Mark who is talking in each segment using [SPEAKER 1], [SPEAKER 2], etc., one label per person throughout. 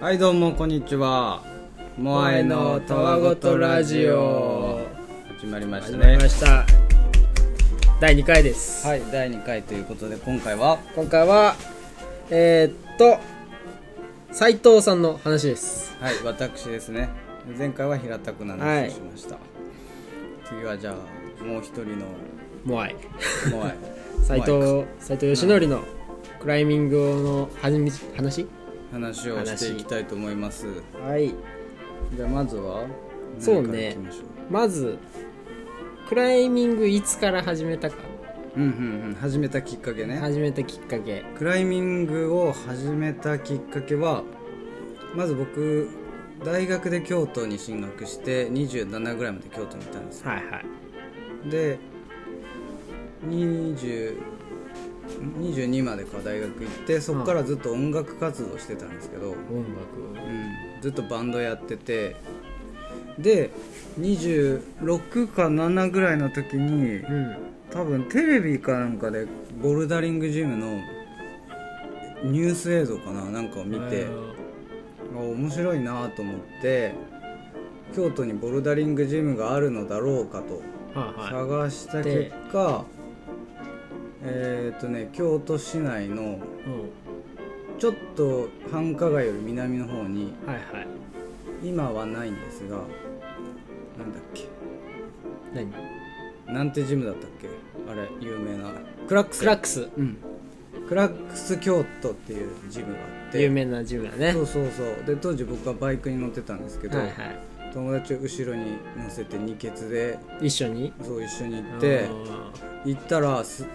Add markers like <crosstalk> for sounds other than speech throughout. [SPEAKER 1] はいどうもこんにちはモアイのたわごとラジオ始まりました
[SPEAKER 2] 始まり
[SPEAKER 1] ね
[SPEAKER 2] ました第2回です、
[SPEAKER 1] はい第2回ということで今回は
[SPEAKER 2] 今回はえー、っと斉藤さんの話です
[SPEAKER 1] はい私ですね前回は平田君の話をしました、次はじゃあもう一人の
[SPEAKER 2] モアイ
[SPEAKER 1] モ <laughs> アイ
[SPEAKER 2] 斉
[SPEAKER 1] モアイ
[SPEAKER 2] 藤斉藤義則のクライミングの話話
[SPEAKER 1] 話をしていきたいと思います
[SPEAKER 2] はい
[SPEAKER 1] じゃあまずは
[SPEAKER 2] そう
[SPEAKER 1] 何からい
[SPEAKER 2] ね
[SPEAKER 1] きましょ
[SPEAKER 2] まずクライミングいつから始めたか
[SPEAKER 1] ううんうんうん始めたきっかけね、
[SPEAKER 2] 始めたきっかけ
[SPEAKER 1] クライミングを始めたきっかけはまず僕大学で京都に進学して27ぐらいまで京都にいたんですよ
[SPEAKER 2] はいはい
[SPEAKER 1] で20ん22までか大学行ってそこからずっと音楽活動してたんですけど、
[SPEAKER 2] 音
[SPEAKER 1] うん、ずっとバンドやっててで26か7ぐらいの時に
[SPEAKER 2] 楽うん
[SPEAKER 1] 多分テレビかなんかでボルダリングジムのニュース映像かななんかを見て、あ面白いなと思って京都にボルダリングジムがあるのだろうかと
[SPEAKER 2] はいは
[SPEAKER 1] 探
[SPEAKER 2] い
[SPEAKER 1] した結果、えーっ、とね京都市内の
[SPEAKER 2] うん
[SPEAKER 1] ちょっと繁華街より南の方に
[SPEAKER 2] はいはい
[SPEAKER 1] 今はないんですがなんだっ
[SPEAKER 2] 何
[SPEAKER 1] けなんてジムだったっけあれ有名なクラックス
[SPEAKER 2] クラックス
[SPEAKER 1] うん、クラックス京都っていうジムがあって
[SPEAKER 2] 有名なジムだね
[SPEAKER 1] そうそうそうで当時僕はバイクに乗ってたんですけど、
[SPEAKER 2] はいはい
[SPEAKER 1] 友達を後ろに乗せて二ケツで
[SPEAKER 2] 一緒に
[SPEAKER 1] そう一緒に行って行ったらす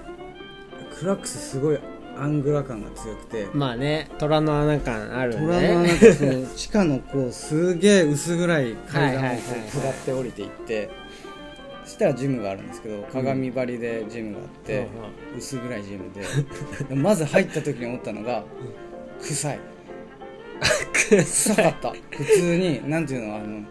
[SPEAKER 1] クラックスすごいアングラ感が強くて、
[SPEAKER 2] まあね虎の穴感ある
[SPEAKER 1] 虎
[SPEAKER 2] ん
[SPEAKER 1] の
[SPEAKER 2] で
[SPEAKER 1] 穴
[SPEAKER 2] ね
[SPEAKER 1] とその地下のこうすげえ薄暗い階段をこ
[SPEAKER 2] はいはいは
[SPEAKER 1] う
[SPEAKER 2] い
[SPEAKER 1] 下
[SPEAKER 2] はい
[SPEAKER 1] って降りていってそしたらジムがあるんですけど鏡張りでジムがあって、薄暗いジムでまず入った時に思ったのが
[SPEAKER 2] <laughs>
[SPEAKER 1] 臭い臭かった普通になんていうのあの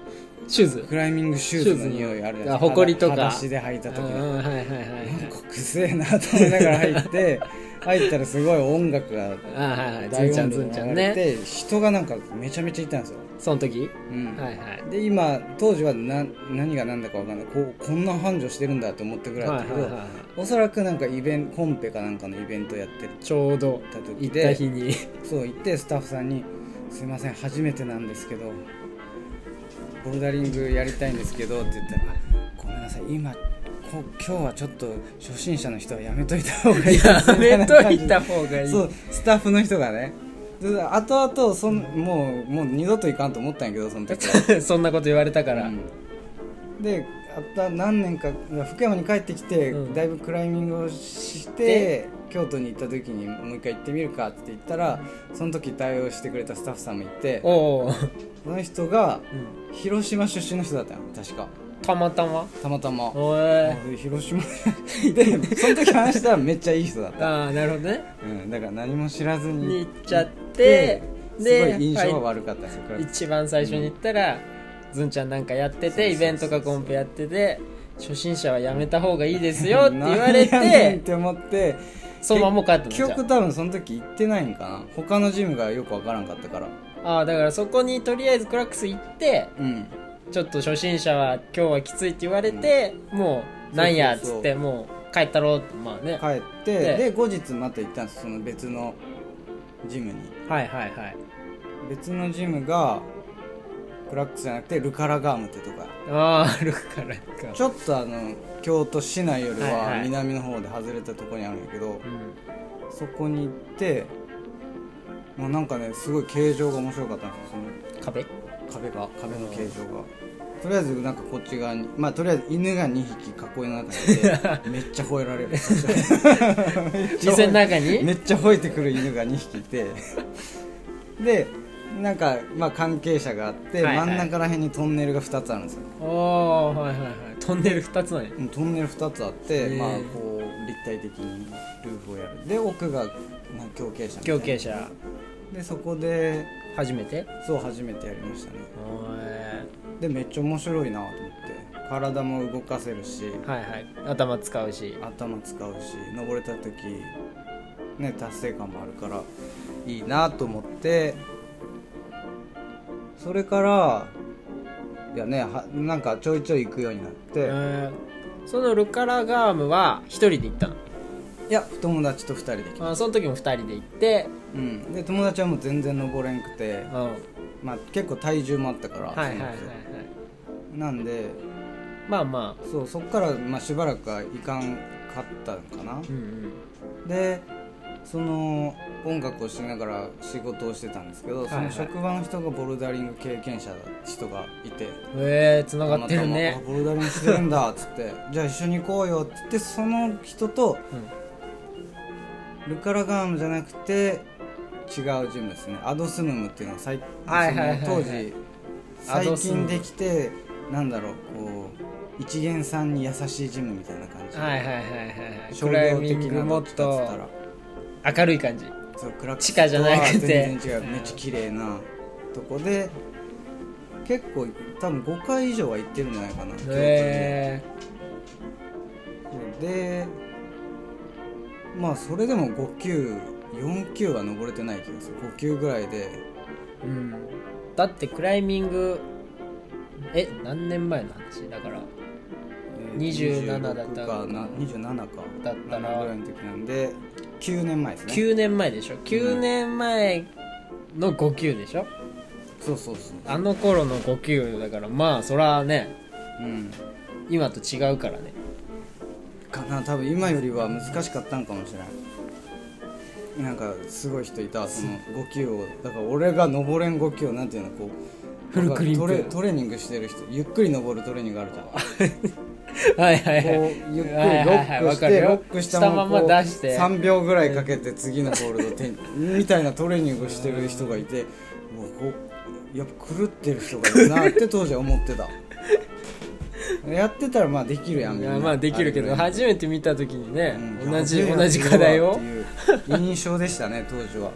[SPEAKER 2] シューズ
[SPEAKER 1] クライミングシューズの匂いあるじゃないですか
[SPEAKER 2] あほこりとか
[SPEAKER 1] 裸足で履いた時
[SPEAKER 2] う
[SPEAKER 1] に
[SPEAKER 2] んはいはいはいはい
[SPEAKER 1] なんかくせえなと思いながら入って
[SPEAKER 2] <laughs>
[SPEAKER 1] 入ったらすごい音楽が
[SPEAKER 2] あはいはいず
[SPEAKER 1] 大
[SPEAKER 2] んちゃ
[SPEAKER 1] 音
[SPEAKER 2] んず
[SPEAKER 1] 量
[SPEAKER 2] ん
[SPEAKER 1] で
[SPEAKER 2] ちゃ
[SPEAKER 1] 流
[SPEAKER 2] ん
[SPEAKER 1] れ
[SPEAKER 2] ね
[SPEAKER 1] て人がなんかめちゃめちゃいたんですよ、
[SPEAKER 2] その時
[SPEAKER 1] うん
[SPEAKER 2] はいはい
[SPEAKER 1] で今当時はな何が何だか分かんないこうこんな繁盛してるんだと思ったぐらいだったけど、
[SPEAKER 2] はいはいはいは
[SPEAKER 1] おそらくなんかイベンコンペかなんかのイベントやってる
[SPEAKER 2] ちょうど
[SPEAKER 1] 行った時
[SPEAKER 2] 行っ
[SPEAKER 1] で
[SPEAKER 2] た日に
[SPEAKER 1] そう行ってスタッフさんに「すいません初めてなんですけどボルダリングやりたいんですけど」って言ったらあ「ごめんなさい今こ今日はちょっと初心者の人はやめといた方がいいです」
[SPEAKER 2] やめと
[SPEAKER 1] み
[SPEAKER 2] いた方が
[SPEAKER 1] たい
[SPEAKER 2] い
[SPEAKER 1] ないそうスタッフの人がねで後々そんもうもう二度といかんと思ったんやけどその時は
[SPEAKER 2] <laughs> そんなこと言われたから
[SPEAKER 1] うんであった何年か福山に帰ってきて、
[SPEAKER 2] うん
[SPEAKER 1] だいぶクライミングをして
[SPEAKER 2] で
[SPEAKER 1] 京都に行った時にもう一回行ってみるかって言ったらその時対応してくれたスタッフさんもいて
[SPEAKER 2] おお
[SPEAKER 1] その人が広島出身の人だったの確か
[SPEAKER 2] たまたま
[SPEAKER 1] たまたま
[SPEAKER 2] おえ
[SPEAKER 1] あ広島 <laughs> でその時話したらめっちゃいい人だった、
[SPEAKER 2] ああなるほどね
[SPEAKER 1] うん、だから何も知らずに
[SPEAKER 2] に行っちゃって
[SPEAKER 1] す
[SPEAKER 2] で
[SPEAKER 1] ごい印象は悪かったですよこれ
[SPEAKER 2] 一番最初に行ったら、ずんちゃんなんかやっ
[SPEAKER 1] そうそ
[SPEAKER 2] て
[SPEAKER 1] うそう
[SPEAKER 2] てイベントかコンペやってて初心者はやめた方がいいで
[SPEAKER 1] <laughs>
[SPEAKER 2] すよって言われ
[SPEAKER 1] 何やねんってて思って
[SPEAKER 2] そのまま帰ったの
[SPEAKER 1] 記
[SPEAKER 2] じゃ
[SPEAKER 1] 憶多分その時行ってないんかな他のジムがよくわからんかったから
[SPEAKER 2] ああーだからそこにとりあえずクラックス行って
[SPEAKER 1] うん
[SPEAKER 2] ちょっと初心者は今日はきついって言われて、もうなんやっ
[SPEAKER 1] そうそうそう
[SPEAKER 2] つってもう帰ったろうってまあね
[SPEAKER 1] 帰
[SPEAKER 2] はい
[SPEAKER 1] って
[SPEAKER 2] で
[SPEAKER 1] で後日また行ったんですその別のジムに
[SPEAKER 2] はいはい
[SPEAKER 1] 別のジムがクラックスじゃなくてルカラガームってとか
[SPEAKER 2] ああるからか
[SPEAKER 1] ちょっとあの京都市内より
[SPEAKER 2] はい
[SPEAKER 1] は
[SPEAKER 2] はい
[SPEAKER 1] 南の方で外れたとこにあるんやけど、
[SPEAKER 2] うん
[SPEAKER 1] そこに行ってもうなんかねすごい形状が面白かったんですよその
[SPEAKER 2] 壁
[SPEAKER 1] 壁が壁の形状がとりあえずなんかこっち側にまあとりあえず犬が2匹囲いの中 <laughs> にいてめっちゃ吠えられる <laughs>
[SPEAKER 2] 店の中に
[SPEAKER 1] めっちゃ吠えてくる犬が2匹いてでなんかまあ関係者があって、
[SPEAKER 2] はいはい
[SPEAKER 1] 真ん中らへんにトンネルが2つあるんですよ
[SPEAKER 2] おおはいはいはいトンネル2つなんや
[SPEAKER 1] うんトンネル2つあっ
[SPEAKER 2] へ
[SPEAKER 1] て
[SPEAKER 2] ー
[SPEAKER 1] まあこう立体的にルーフをやるで奥がまあ強傾斜みたいな
[SPEAKER 2] 強傾者
[SPEAKER 1] でそこで
[SPEAKER 2] 初めて
[SPEAKER 1] そう初めてやりましたね
[SPEAKER 2] おー
[SPEAKER 1] でめっちゃ面白いなと思って体も動かせるし
[SPEAKER 2] はいはい頭使うし
[SPEAKER 1] 頭使うし登れた時ね達成感もあるからいいなと思ってそれからいやねはなんかちょいちょい行くようになって、
[SPEAKER 2] えーそのルカラガームは一人で行ったの
[SPEAKER 1] いや友達と2人で来た、
[SPEAKER 2] あーその時も二人で行って、
[SPEAKER 1] うん、で友達はもう全然登れんくて
[SPEAKER 2] うん、、はい
[SPEAKER 1] まあ、結構体重もあったから、
[SPEAKER 2] はいはいはい
[SPEAKER 1] その時なんで
[SPEAKER 2] まあまあ
[SPEAKER 1] そうそっから、まあ、しばらくはいかんかったのかな
[SPEAKER 2] う、んうん
[SPEAKER 1] でその音楽をしながら仕事をしてたんですけど、
[SPEAKER 2] はいはい
[SPEAKER 1] その職場の人がボルダリング経験者だ人がいて
[SPEAKER 2] えー、つながってる
[SPEAKER 1] たまた
[SPEAKER 2] ね
[SPEAKER 1] まあボルダリングしてるんだっつって <laughs> じゃあ一緒に行こうよっつってその人と
[SPEAKER 2] うん
[SPEAKER 1] ルカラガームじゃなくて違うジムですねアドスムムっていうのは最
[SPEAKER 2] はいはいはいはい
[SPEAKER 1] その当時最
[SPEAKER 2] アドスム
[SPEAKER 1] 近
[SPEAKER 2] ム
[SPEAKER 1] できてなんだろうこう一元さんに優しいジムみたいな感じ、
[SPEAKER 2] はいはいはいはいはい
[SPEAKER 1] 商
[SPEAKER 2] ク
[SPEAKER 1] 業
[SPEAKER 2] ライミ
[SPEAKER 1] 的
[SPEAKER 2] ング
[SPEAKER 1] な
[SPEAKER 2] もっ
[SPEAKER 1] どちかつった
[SPEAKER 2] と
[SPEAKER 1] ら
[SPEAKER 2] 明るい感じ
[SPEAKER 1] そう暗く
[SPEAKER 2] 地下じゃなくて
[SPEAKER 1] 全然違うめっちゃ綺麗なとこで結構多分5回以上は行ってるんじゃないかな京都に
[SPEAKER 2] へ
[SPEAKER 1] でまあそれでも5級4級は登れてない気がする5級ぐらいで
[SPEAKER 2] えうんだってクライミングえ何年前の話だから
[SPEAKER 1] えー
[SPEAKER 2] 27だった
[SPEAKER 1] 26かな27か
[SPEAKER 2] だったら
[SPEAKER 1] 7ぐらいの時なんで9年前ですね
[SPEAKER 2] 9年前でしょ9年前の5級でしょ
[SPEAKER 1] そうそうそう
[SPEAKER 2] あの頃の5級だからまあそらね
[SPEAKER 1] うん
[SPEAKER 2] 今と違うからね
[SPEAKER 1] かな多分今よりは難しかったんかもしれないなんかすごい人いたその5級をだから俺が登れん5級をなんていうのこう
[SPEAKER 2] フルクリップ
[SPEAKER 1] なんかトレトレーニングしてる人ゆっくり登るトレーニングあるじゃん
[SPEAKER 2] <laughs> はいはいはい
[SPEAKER 1] こうゆっくりロ
[SPEAKER 2] はいはい
[SPEAKER 1] ッ
[SPEAKER 2] はい
[SPEAKER 1] ク
[SPEAKER 2] わ
[SPEAKER 1] し
[SPEAKER 2] かる
[SPEAKER 1] て
[SPEAKER 2] よ
[SPEAKER 1] ロックしたまま
[SPEAKER 2] 下
[SPEAKER 1] こう
[SPEAKER 2] まま出して
[SPEAKER 1] 3秒ぐらいかけて次のホールド手にみたいなトレーニングをしてる人がいてもうこうやっぱ狂ってる人がいるなって当時は思って
[SPEAKER 2] <laughs>
[SPEAKER 1] たやってたらまあできるやん
[SPEAKER 2] い
[SPEAKER 1] みん
[SPEAKER 2] や
[SPEAKER 1] な
[SPEAKER 2] まあできるけど
[SPEAKER 1] あれ
[SPEAKER 2] 初めて見た時にね
[SPEAKER 1] ぐらいうん
[SPEAKER 2] 同じ
[SPEAKER 1] やべえ
[SPEAKER 2] 同じ課題
[SPEAKER 1] やっ
[SPEAKER 2] を
[SPEAKER 1] ていう印象でしたね当時は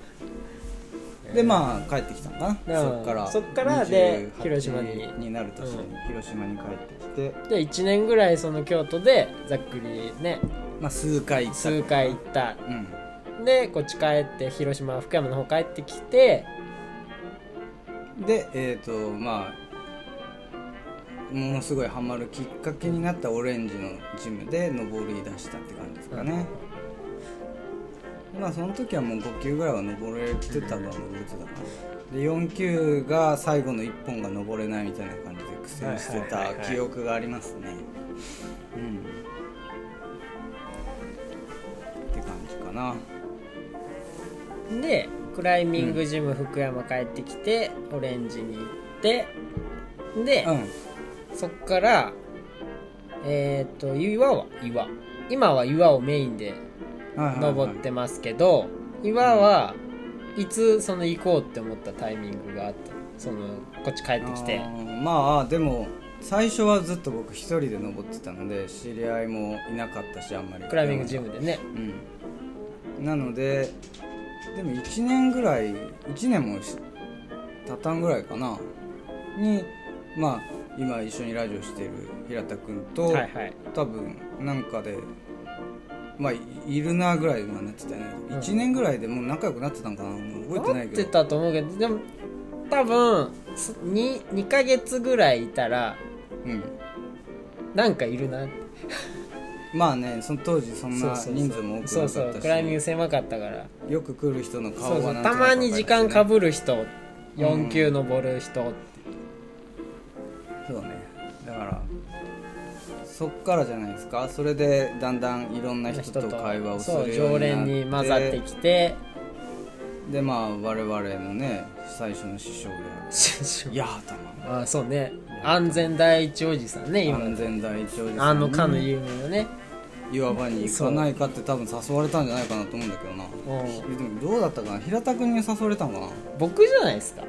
[SPEAKER 1] でまあ帰ってきたのかな
[SPEAKER 2] うん
[SPEAKER 1] そっから
[SPEAKER 2] そっからで
[SPEAKER 1] 28
[SPEAKER 2] 広島に
[SPEAKER 1] になる年に広島に帰ってきて
[SPEAKER 2] で1年ぐらいその京都でざっくりね
[SPEAKER 1] まあ数回行った
[SPEAKER 2] 数回行った
[SPEAKER 1] うん
[SPEAKER 2] でこっち帰って広島福山の方帰ってきて
[SPEAKER 1] でえっ、とまあものすごいハマるきっかけになったオレンジのジムで登り出したって感じですかね、まあその時はもう5級ぐらいは登れてたか登れてたかなで4級が最後の1本が登れないみたいな感じで苦戦して
[SPEAKER 2] はいは
[SPEAKER 1] た
[SPEAKER 2] いはいはい
[SPEAKER 1] 記憶がありますねうんって感じかな
[SPEAKER 2] でクライミングジム福山帰ってきて、オレンジに行ってで、
[SPEAKER 1] うん
[SPEAKER 2] そっからえっ、と岩は岩今は岩をメインで
[SPEAKER 1] はいはいはい
[SPEAKER 2] 登ってますけど、岩はいつその行こうって思ったタイミングがあったのそのこっち帰ってきて
[SPEAKER 1] あーまあでも最初はずっと僕一人で登ってたので知り合いもいなかったしあんまり
[SPEAKER 2] クライミングジムでね
[SPEAKER 1] うんなのででも1年ぐらい1年もし経たんぐらいかなにまあ今一緒にラジオしてる平田君と、
[SPEAKER 2] はいはい
[SPEAKER 1] 多分なんかでまあいいるなぐらいにはなってたよね、
[SPEAKER 2] うん
[SPEAKER 1] 1年ぐらいでもう仲良くなってたんかなもう覚えてないけど
[SPEAKER 2] 合ってたと思うけどでも多分 2, 2ヶ月ぐらいいたら
[SPEAKER 1] うん
[SPEAKER 2] なんかいるな
[SPEAKER 1] まあねその当時そんな
[SPEAKER 2] そうそうそう
[SPEAKER 1] 人数も多くなかったし
[SPEAKER 2] そうそうクライミング狭かったから
[SPEAKER 1] よく来る人の
[SPEAKER 2] そ
[SPEAKER 1] 顔
[SPEAKER 2] うそ
[SPEAKER 1] が
[SPEAKER 2] う
[SPEAKER 1] なんと
[SPEAKER 2] た
[SPEAKER 1] なくわ
[SPEAKER 2] ま
[SPEAKER 1] る
[SPEAKER 2] に時間かぶる人4級登る人
[SPEAKER 1] そうねだからそっからじゃないですかそれでだんだんいろんな人と会話をす
[SPEAKER 2] そう
[SPEAKER 1] るようになっ
[SPEAKER 2] 常
[SPEAKER 1] て
[SPEAKER 2] 連に混ざってきて
[SPEAKER 1] でまあ我々のね最初の師匠がいやーたま
[SPEAKER 2] <laughs> あそうね安全第一おじさんね今
[SPEAKER 1] 安全第一王子
[SPEAKER 2] あ
[SPEAKER 1] さん
[SPEAKER 2] のかの
[SPEAKER 1] に
[SPEAKER 2] 有名なね
[SPEAKER 1] 岩場に行かないかって多分誘われたんじゃないかなと思うんだけどな
[SPEAKER 2] う
[SPEAKER 1] でもどうだったかな平田君に誘われたのかな
[SPEAKER 2] 僕じゃないですか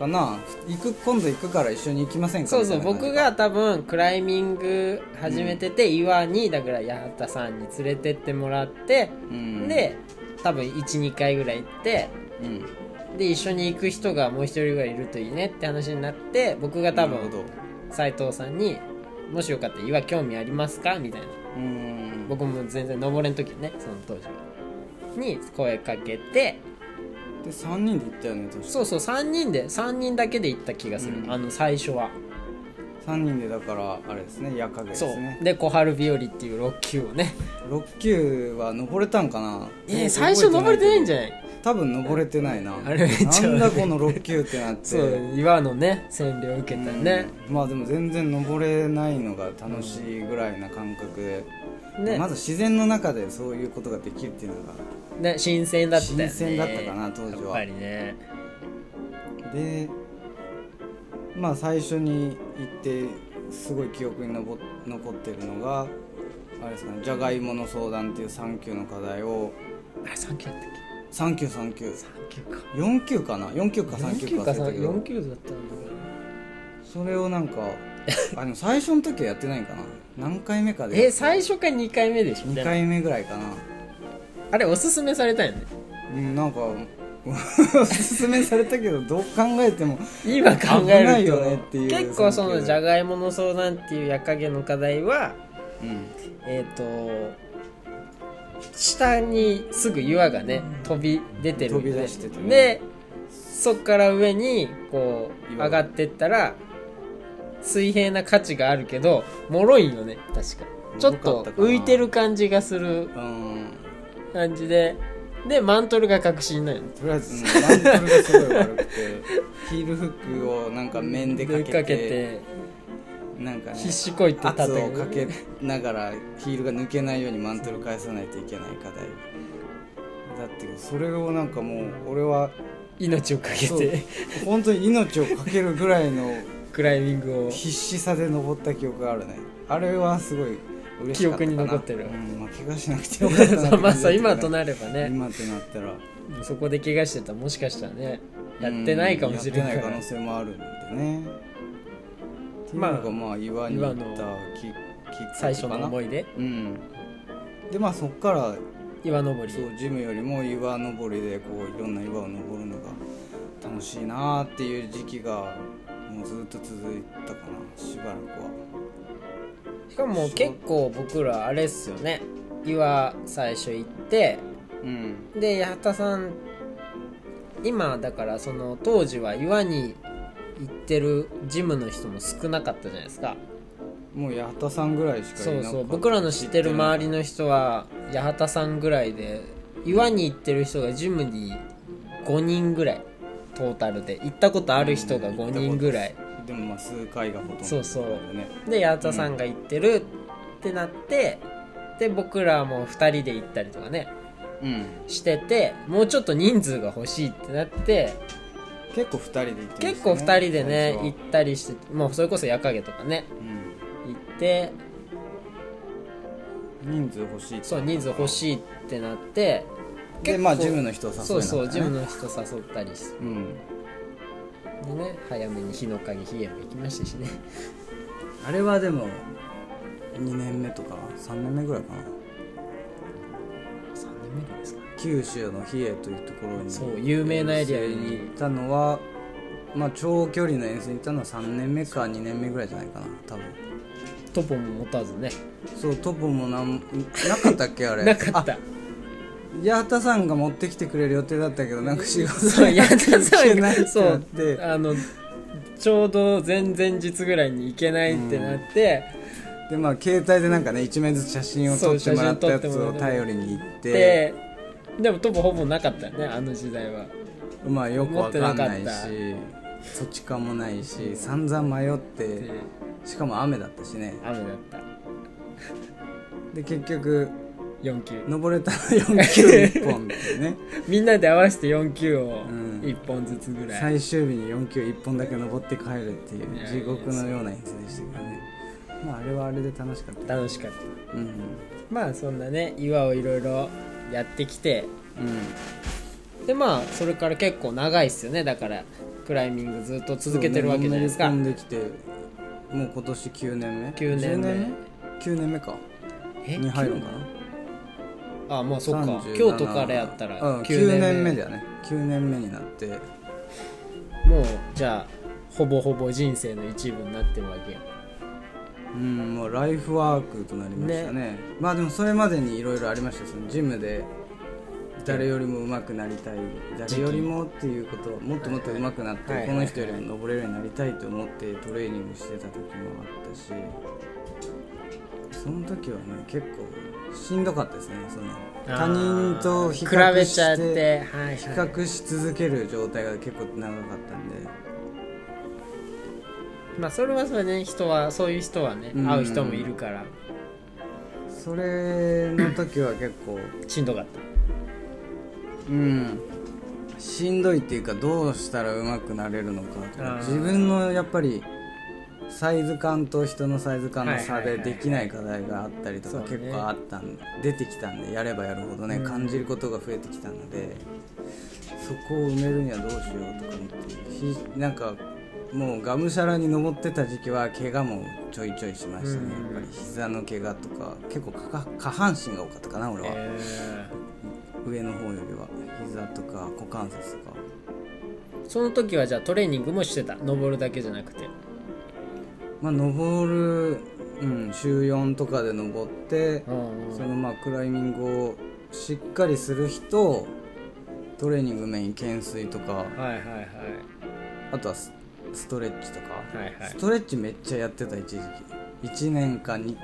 [SPEAKER 1] かな行く今度行くから一緒に行きませんか
[SPEAKER 2] そうそう
[SPEAKER 1] みたいな感
[SPEAKER 2] 僕
[SPEAKER 1] じ
[SPEAKER 2] が多分クライミング始めてて、岩にだから八幡さんに連れてってもらって、
[SPEAKER 1] うん
[SPEAKER 2] で多分12回ぐらい行って
[SPEAKER 1] うん
[SPEAKER 2] で一緒に行く人がもう一人ぐらいいるといいねって話になって僕が多
[SPEAKER 1] なるほ
[SPEAKER 2] 分
[SPEAKER 1] ど
[SPEAKER 2] 斎藤さんに「もしよかったら岩興味ありますか?」みたいな
[SPEAKER 1] うん
[SPEAKER 2] 僕も全然登れん時ねその当時に声かけて
[SPEAKER 1] で3人で行ったよね確か
[SPEAKER 2] そうそう3人で3人だけで行った気がする、
[SPEAKER 1] うん
[SPEAKER 2] あの最初は、
[SPEAKER 1] 3人でだからあれですね夜影で
[SPEAKER 2] そ
[SPEAKER 1] す
[SPEAKER 2] う
[SPEAKER 1] ね
[SPEAKER 2] で小春日和っていう6級をね
[SPEAKER 1] 6級は登れたんかな
[SPEAKER 2] え最初登れてないんじゃ
[SPEAKER 1] ない
[SPEAKER 2] ない
[SPEAKER 1] 多分登れてないな
[SPEAKER 2] あれめっちゃ
[SPEAKER 1] なんだこの6級ってなって
[SPEAKER 2] そう岩のね占領受けたね、
[SPEAKER 1] うんまあでも全然登れないのが楽しいぐらいな感覚で、
[SPEAKER 2] ね
[SPEAKER 1] まず自然の中でそういうことができるっていうのが
[SPEAKER 2] ね新鮮だったよね
[SPEAKER 1] 新鮮だったかな当時
[SPEAKER 2] やっ
[SPEAKER 1] は
[SPEAKER 2] ぱりね
[SPEAKER 1] でまあ最初に行ってすごい記憶に残残ってるのがあれですかね「じゃがいもの相談」っていう3級の課題を
[SPEAKER 2] あれ3級だったっ
[SPEAKER 1] 3級3級
[SPEAKER 2] け3級か
[SPEAKER 1] 4級かな4級か3
[SPEAKER 2] 4
[SPEAKER 1] 級
[SPEAKER 2] 級
[SPEAKER 1] か
[SPEAKER 2] か
[SPEAKER 1] 忘れたけど
[SPEAKER 2] 4級だったんだ
[SPEAKER 1] それをなんかあでも最初の時はやってないんかな何回目かで
[SPEAKER 2] え最初か2回目でしょ
[SPEAKER 1] 2
[SPEAKER 2] でも
[SPEAKER 1] 回目ぐらいかな
[SPEAKER 2] あれおすすめされたよね
[SPEAKER 1] うんなんか <laughs> おすすめされたけどどう考えても
[SPEAKER 2] 今考え
[SPEAKER 1] 危ない
[SPEAKER 2] る
[SPEAKER 1] よ
[SPEAKER 2] と、
[SPEAKER 1] ねっていう
[SPEAKER 2] 結構そ
[SPEAKER 1] 3級
[SPEAKER 2] の
[SPEAKER 1] で
[SPEAKER 2] じゃがいもの相談っていう夜影の課題は
[SPEAKER 1] うん
[SPEAKER 2] えっ、と下にすぐ岩がね飛び出てるんで
[SPEAKER 1] 飛び出しててね
[SPEAKER 2] でそっから上にこう
[SPEAKER 1] 岩が
[SPEAKER 2] 上がってったら水平な価値があるけど脆いよね確かちょっ
[SPEAKER 1] 脆か
[SPEAKER 2] と
[SPEAKER 1] ったかな
[SPEAKER 2] 浮いてる感じがす
[SPEAKER 1] う
[SPEAKER 2] る
[SPEAKER 1] ん
[SPEAKER 2] 感じででマントルが確信なの
[SPEAKER 1] とりあえずうんマントルがすごい悪くてヒールフックをなんか面でかけてなんかね
[SPEAKER 2] 必死こいて
[SPEAKER 1] 圧を
[SPEAKER 2] く
[SPEAKER 1] かけながらヒールが抜けないようにマントル返さないといけない課題だってそれをなんかもう俺は
[SPEAKER 2] 命をかけ
[SPEAKER 1] そう
[SPEAKER 2] て
[SPEAKER 1] 本当に命をかけるぐらいの
[SPEAKER 2] クライミン <laughs> グを
[SPEAKER 1] 必死さで登った記憶があるねあれはすごい嬉しかったかな
[SPEAKER 2] 記憶に残ってる
[SPEAKER 1] うんまあ、怪我しなくてよかったな <laughs> って感じだったけどね
[SPEAKER 2] まあそう今となればね
[SPEAKER 1] 今となったら
[SPEAKER 2] そこで怪我してたらもしかしたらねやってないかもしれ
[SPEAKER 1] うん
[SPEAKER 2] ない
[SPEAKER 1] やって
[SPEAKER 2] から
[SPEAKER 1] ない可能性もあるんでねま
[SPEAKER 2] まあ
[SPEAKER 1] あまあ岩に行ったききっか
[SPEAKER 2] 最
[SPEAKER 1] け
[SPEAKER 2] 初の
[SPEAKER 1] かな
[SPEAKER 2] 思いで
[SPEAKER 1] うんでまあそっから
[SPEAKER 2] 岩登り
[SPEAKER 1] そうジムよりも岩登りでこういろんな岩を登るのが楽しいなーっていう時期がもうずっと続いたかなしばらくは
[SPEAKER 2] しかも結構僕らあれっすよね岩最初行って
[SPEAKER 1] うん
[SPEAKER 2] で八幡さん今だからその当時は岩に行ってるジムの人も少なかったじゃないですか
[SPEAKER 1] もう八幡さんぐらいしかいなかっ
[SPEAKER 2] そう
[SPEAKER 1] た
[SPEAKER 2] そう僕らの知ってる周りの人は八幡さんぐらいで岩に行ってる人がジムに5人ぐらいトータルで行ったことある人が5人ぐらい
[SPEAKER 1] でもまあ数回がほとんど
[SPEAKER 2] そうそう
[SPEAKER 1] だね
[SPEAKER 2] で八幡さんが行ってるってなってで僕らも2人で行ったりとかね
[SPEAKER 1] うん
[SPEAKER 2] しててもうちょっと人数が欲しいってなって
[SPEAKER 1] 結構2人で行ってましたね
[SPEAKER 2] 結構2人でね
[SPEAKER 1] 最初
[SPEAKER 2] 行
[SPEAKER 1] は
[SPEAKER 2] ったりしてもうそれこそ夜影とかね
[SPEAKER 1] うん
[SPEAKER 2] 行って
[SPEAKER 1] 人数欲しい
[SPEAKER 2] そう人数欲
[SPEAKER 1] い
[SPEAKER 2] しいってなって
[SPEAKER 1] で
[SPEAKER 2] 結構
[SPEAKER 1] まあジムの人を誘
[SPEAKER 2] そうそうジム
[SPEAKER 1] の
[SPEAKER 2] の人誘ったりして
[SPEAKER 1] うん
[SPEAKER 2] ね早めに日の影冷えも行きましたし <laughs> ね
[SPEAKER 1] あれはでも2年目とか3年目ぐらいかな
[SPEAKER 2] 3年目ぐらいですかね
[SPEAKER 1] 九州の比叡というところに
[SPEAKER 2] そう有名なエリアに
[SPEAKER 1] 遠征行ったのはまあ長距離の遠征に行ったのは3年目か2年目ぐらいじゃないかな多分
[SPEAKER 2] トポも持たずね
[SPEAKER 1] そうトポもなんなかったっけあれ
[SPEAKER 2] <laughs> なかった
[SPEAKER 1] あ八幡さんが持ってきてくれる予定だったけどなんか仕事
[SPEAKER 2] <laughs> そう
[SPEAKER 1] や
[SPEAKER 2] 矢田さんが
[SPEAKER 1] そ
[SPEAKER 2] そうう
[SPEAKER 1] って
[SPEAKER 2] あのちょうど前々日ぐらいに行けないってなって、
[SPEAKER 1] でまあ携帯でなんかね1枚ずつ写真を撮ってもらったやつ
[SPEAKER 2] そう写真撮
[SPEAKER 1] を
[SPEAKER 2] ってもらう
[SPEAKER 1] 頼りに行って
[SPEAKER 2] ででもトポほぼなかったよねあの時代は
[SPEAKER 1] まあよくわかんないし
[SPEAKER 2] 持って
[SPEAKER 1] 土地勘もないし散々迷っ
[SPEAKER 2] で
[SPEAKER 1] てしかも雨だったしね
[SPEAKER 2] 雨だった
[SPEAKER 1] で結局
[SPEAKER 2] 4級
[SPEAKER 1] 登れたの4級1本って
[SPEAKER 2] <laughs>
[SPEAKER 1] いうね
[SPEAKER 2] みんなで合わせて4級を
[SPEAKER 1] ん
[SPEAKER 2] 1本ずつぐらい、
[SPEAKER 1] 最終日に4級1本だけ登って帰るってい
[SPEAKER 2] いや
[SPEAKER 1] う
[SPEAKER 2] いや
[SPEAKER 1] 地獄のようなやつでしたけどねまああれはあれで楽しかった
[SPEAKER 2] 楽しかった
[SPEAKER 1] うん
[SPEAKER 2] まあそんなね岩をいろいろやってきて
[SPEAKER 1] うん
[SPEAKER 2] でまあそれから結構長いっすよねだからクライミングずっと続けてるわけじゃないですか、
[SPEAKER 1] そうねのめり込んできてもう今年9年目
[SPEAKER 2] 9年目
[SPEAKER 1] 109年目か
[SPEAKER 2] え
[SPEAKER 1] に入るのかな
[SPEAKER 2] あまあそっか
[SPEAKER 1] 37
[SPEAKER 2] 京都からやったら
[SPEAKER 1] うん
[SPEAKER 2] 9
[SPEAKER 1] 9
[SPEAKER 2] 年目,、
[SPEAKER 1] 年目だよね9年目になって
[SPEAKER 2] もうじゃあほぼほぼ人生の一部になってるわけよ
[SPEAKER 1] うんもうライフワークとなりましたねまあでもそれまでにいろいろありましたよそのジムで誰よりも上手くなりたい誰よりもっていうこともっともっと上手くなっ
[SPEAKER 2] はいは
[SPEAKER 1] て
[SPEAKER 2] い
[SPEAKER 1] この人よりも登れるようになりたいと思ってトレーニングしてた時もあったしその時はね結構しんどかったですねその他人と比
[SPEAKER 2] あー比
[SPEAKER 1] 較
[SPEAKER 2] べ
[SPEAKER 1] し
[SPEAKER 2] ちゃってて、はいはい、
[SPEAKER 1] 比較し続ける状態が結構長かったんで
[SPEAKER 2] まあそれはそれね人はそういう人はね、
[SPEAKER 1] うん
[SPEAKER 2] 会う人もいるから
[SPEAKER 1] それの時は結構
[SPEAKER 2] しんどかった
[SPEAKER 1] うんしんどいっていうかどうしたら上手くなれるのかと
[SPEAKER 2] あー
[SPEAKER 1] か自分のやっぱりサイズ感と人のサイズ感の差
[SPEAKER 2] はいはい
[SPEAKER 1] で
[SPEAKER 2] はいはい
[SPEAKER 1] できない課題があったりとか
[SPEAKER 2] そうね
[SPEAKER 1] 結構あったん出てきたんでやればやるほどね
[SPEAKER 2] うん
[SPEAKER 1] 感じることが増えてきたのでそこを埋めるにはどうしようとか思ってひなんかもうがむしゃらに登ってた時期は怪我もちょいちょいしましたねや
[SPEAKER 2] うん
[SPEAKER 1] っぱり膝の怪我とか結構かか下半身が多かったかな俺は。
[SPEAKER 2] え
[SPEAKER 1] 上の方よりは膝とか股関節とか
[SPEAKER 2] ーその時はじゃあトレーニングもしてた登るだけじゃなくて
[SPEAKER 1] まあ登る、うん、週4とかで登って
[SPEAKER 2] うんうん
[SPEAKER 1] そのまあクライミングをしっかりする人トレーニングメイン懸垂とか
[SPEAKER 2] はいはいはい
[SPEAKER 1] あとはスストレッチとか、
[SPEAKER 2] はいはい
[SPEAKER 1] ストレッチめっちゃやってた一時期1年か 2,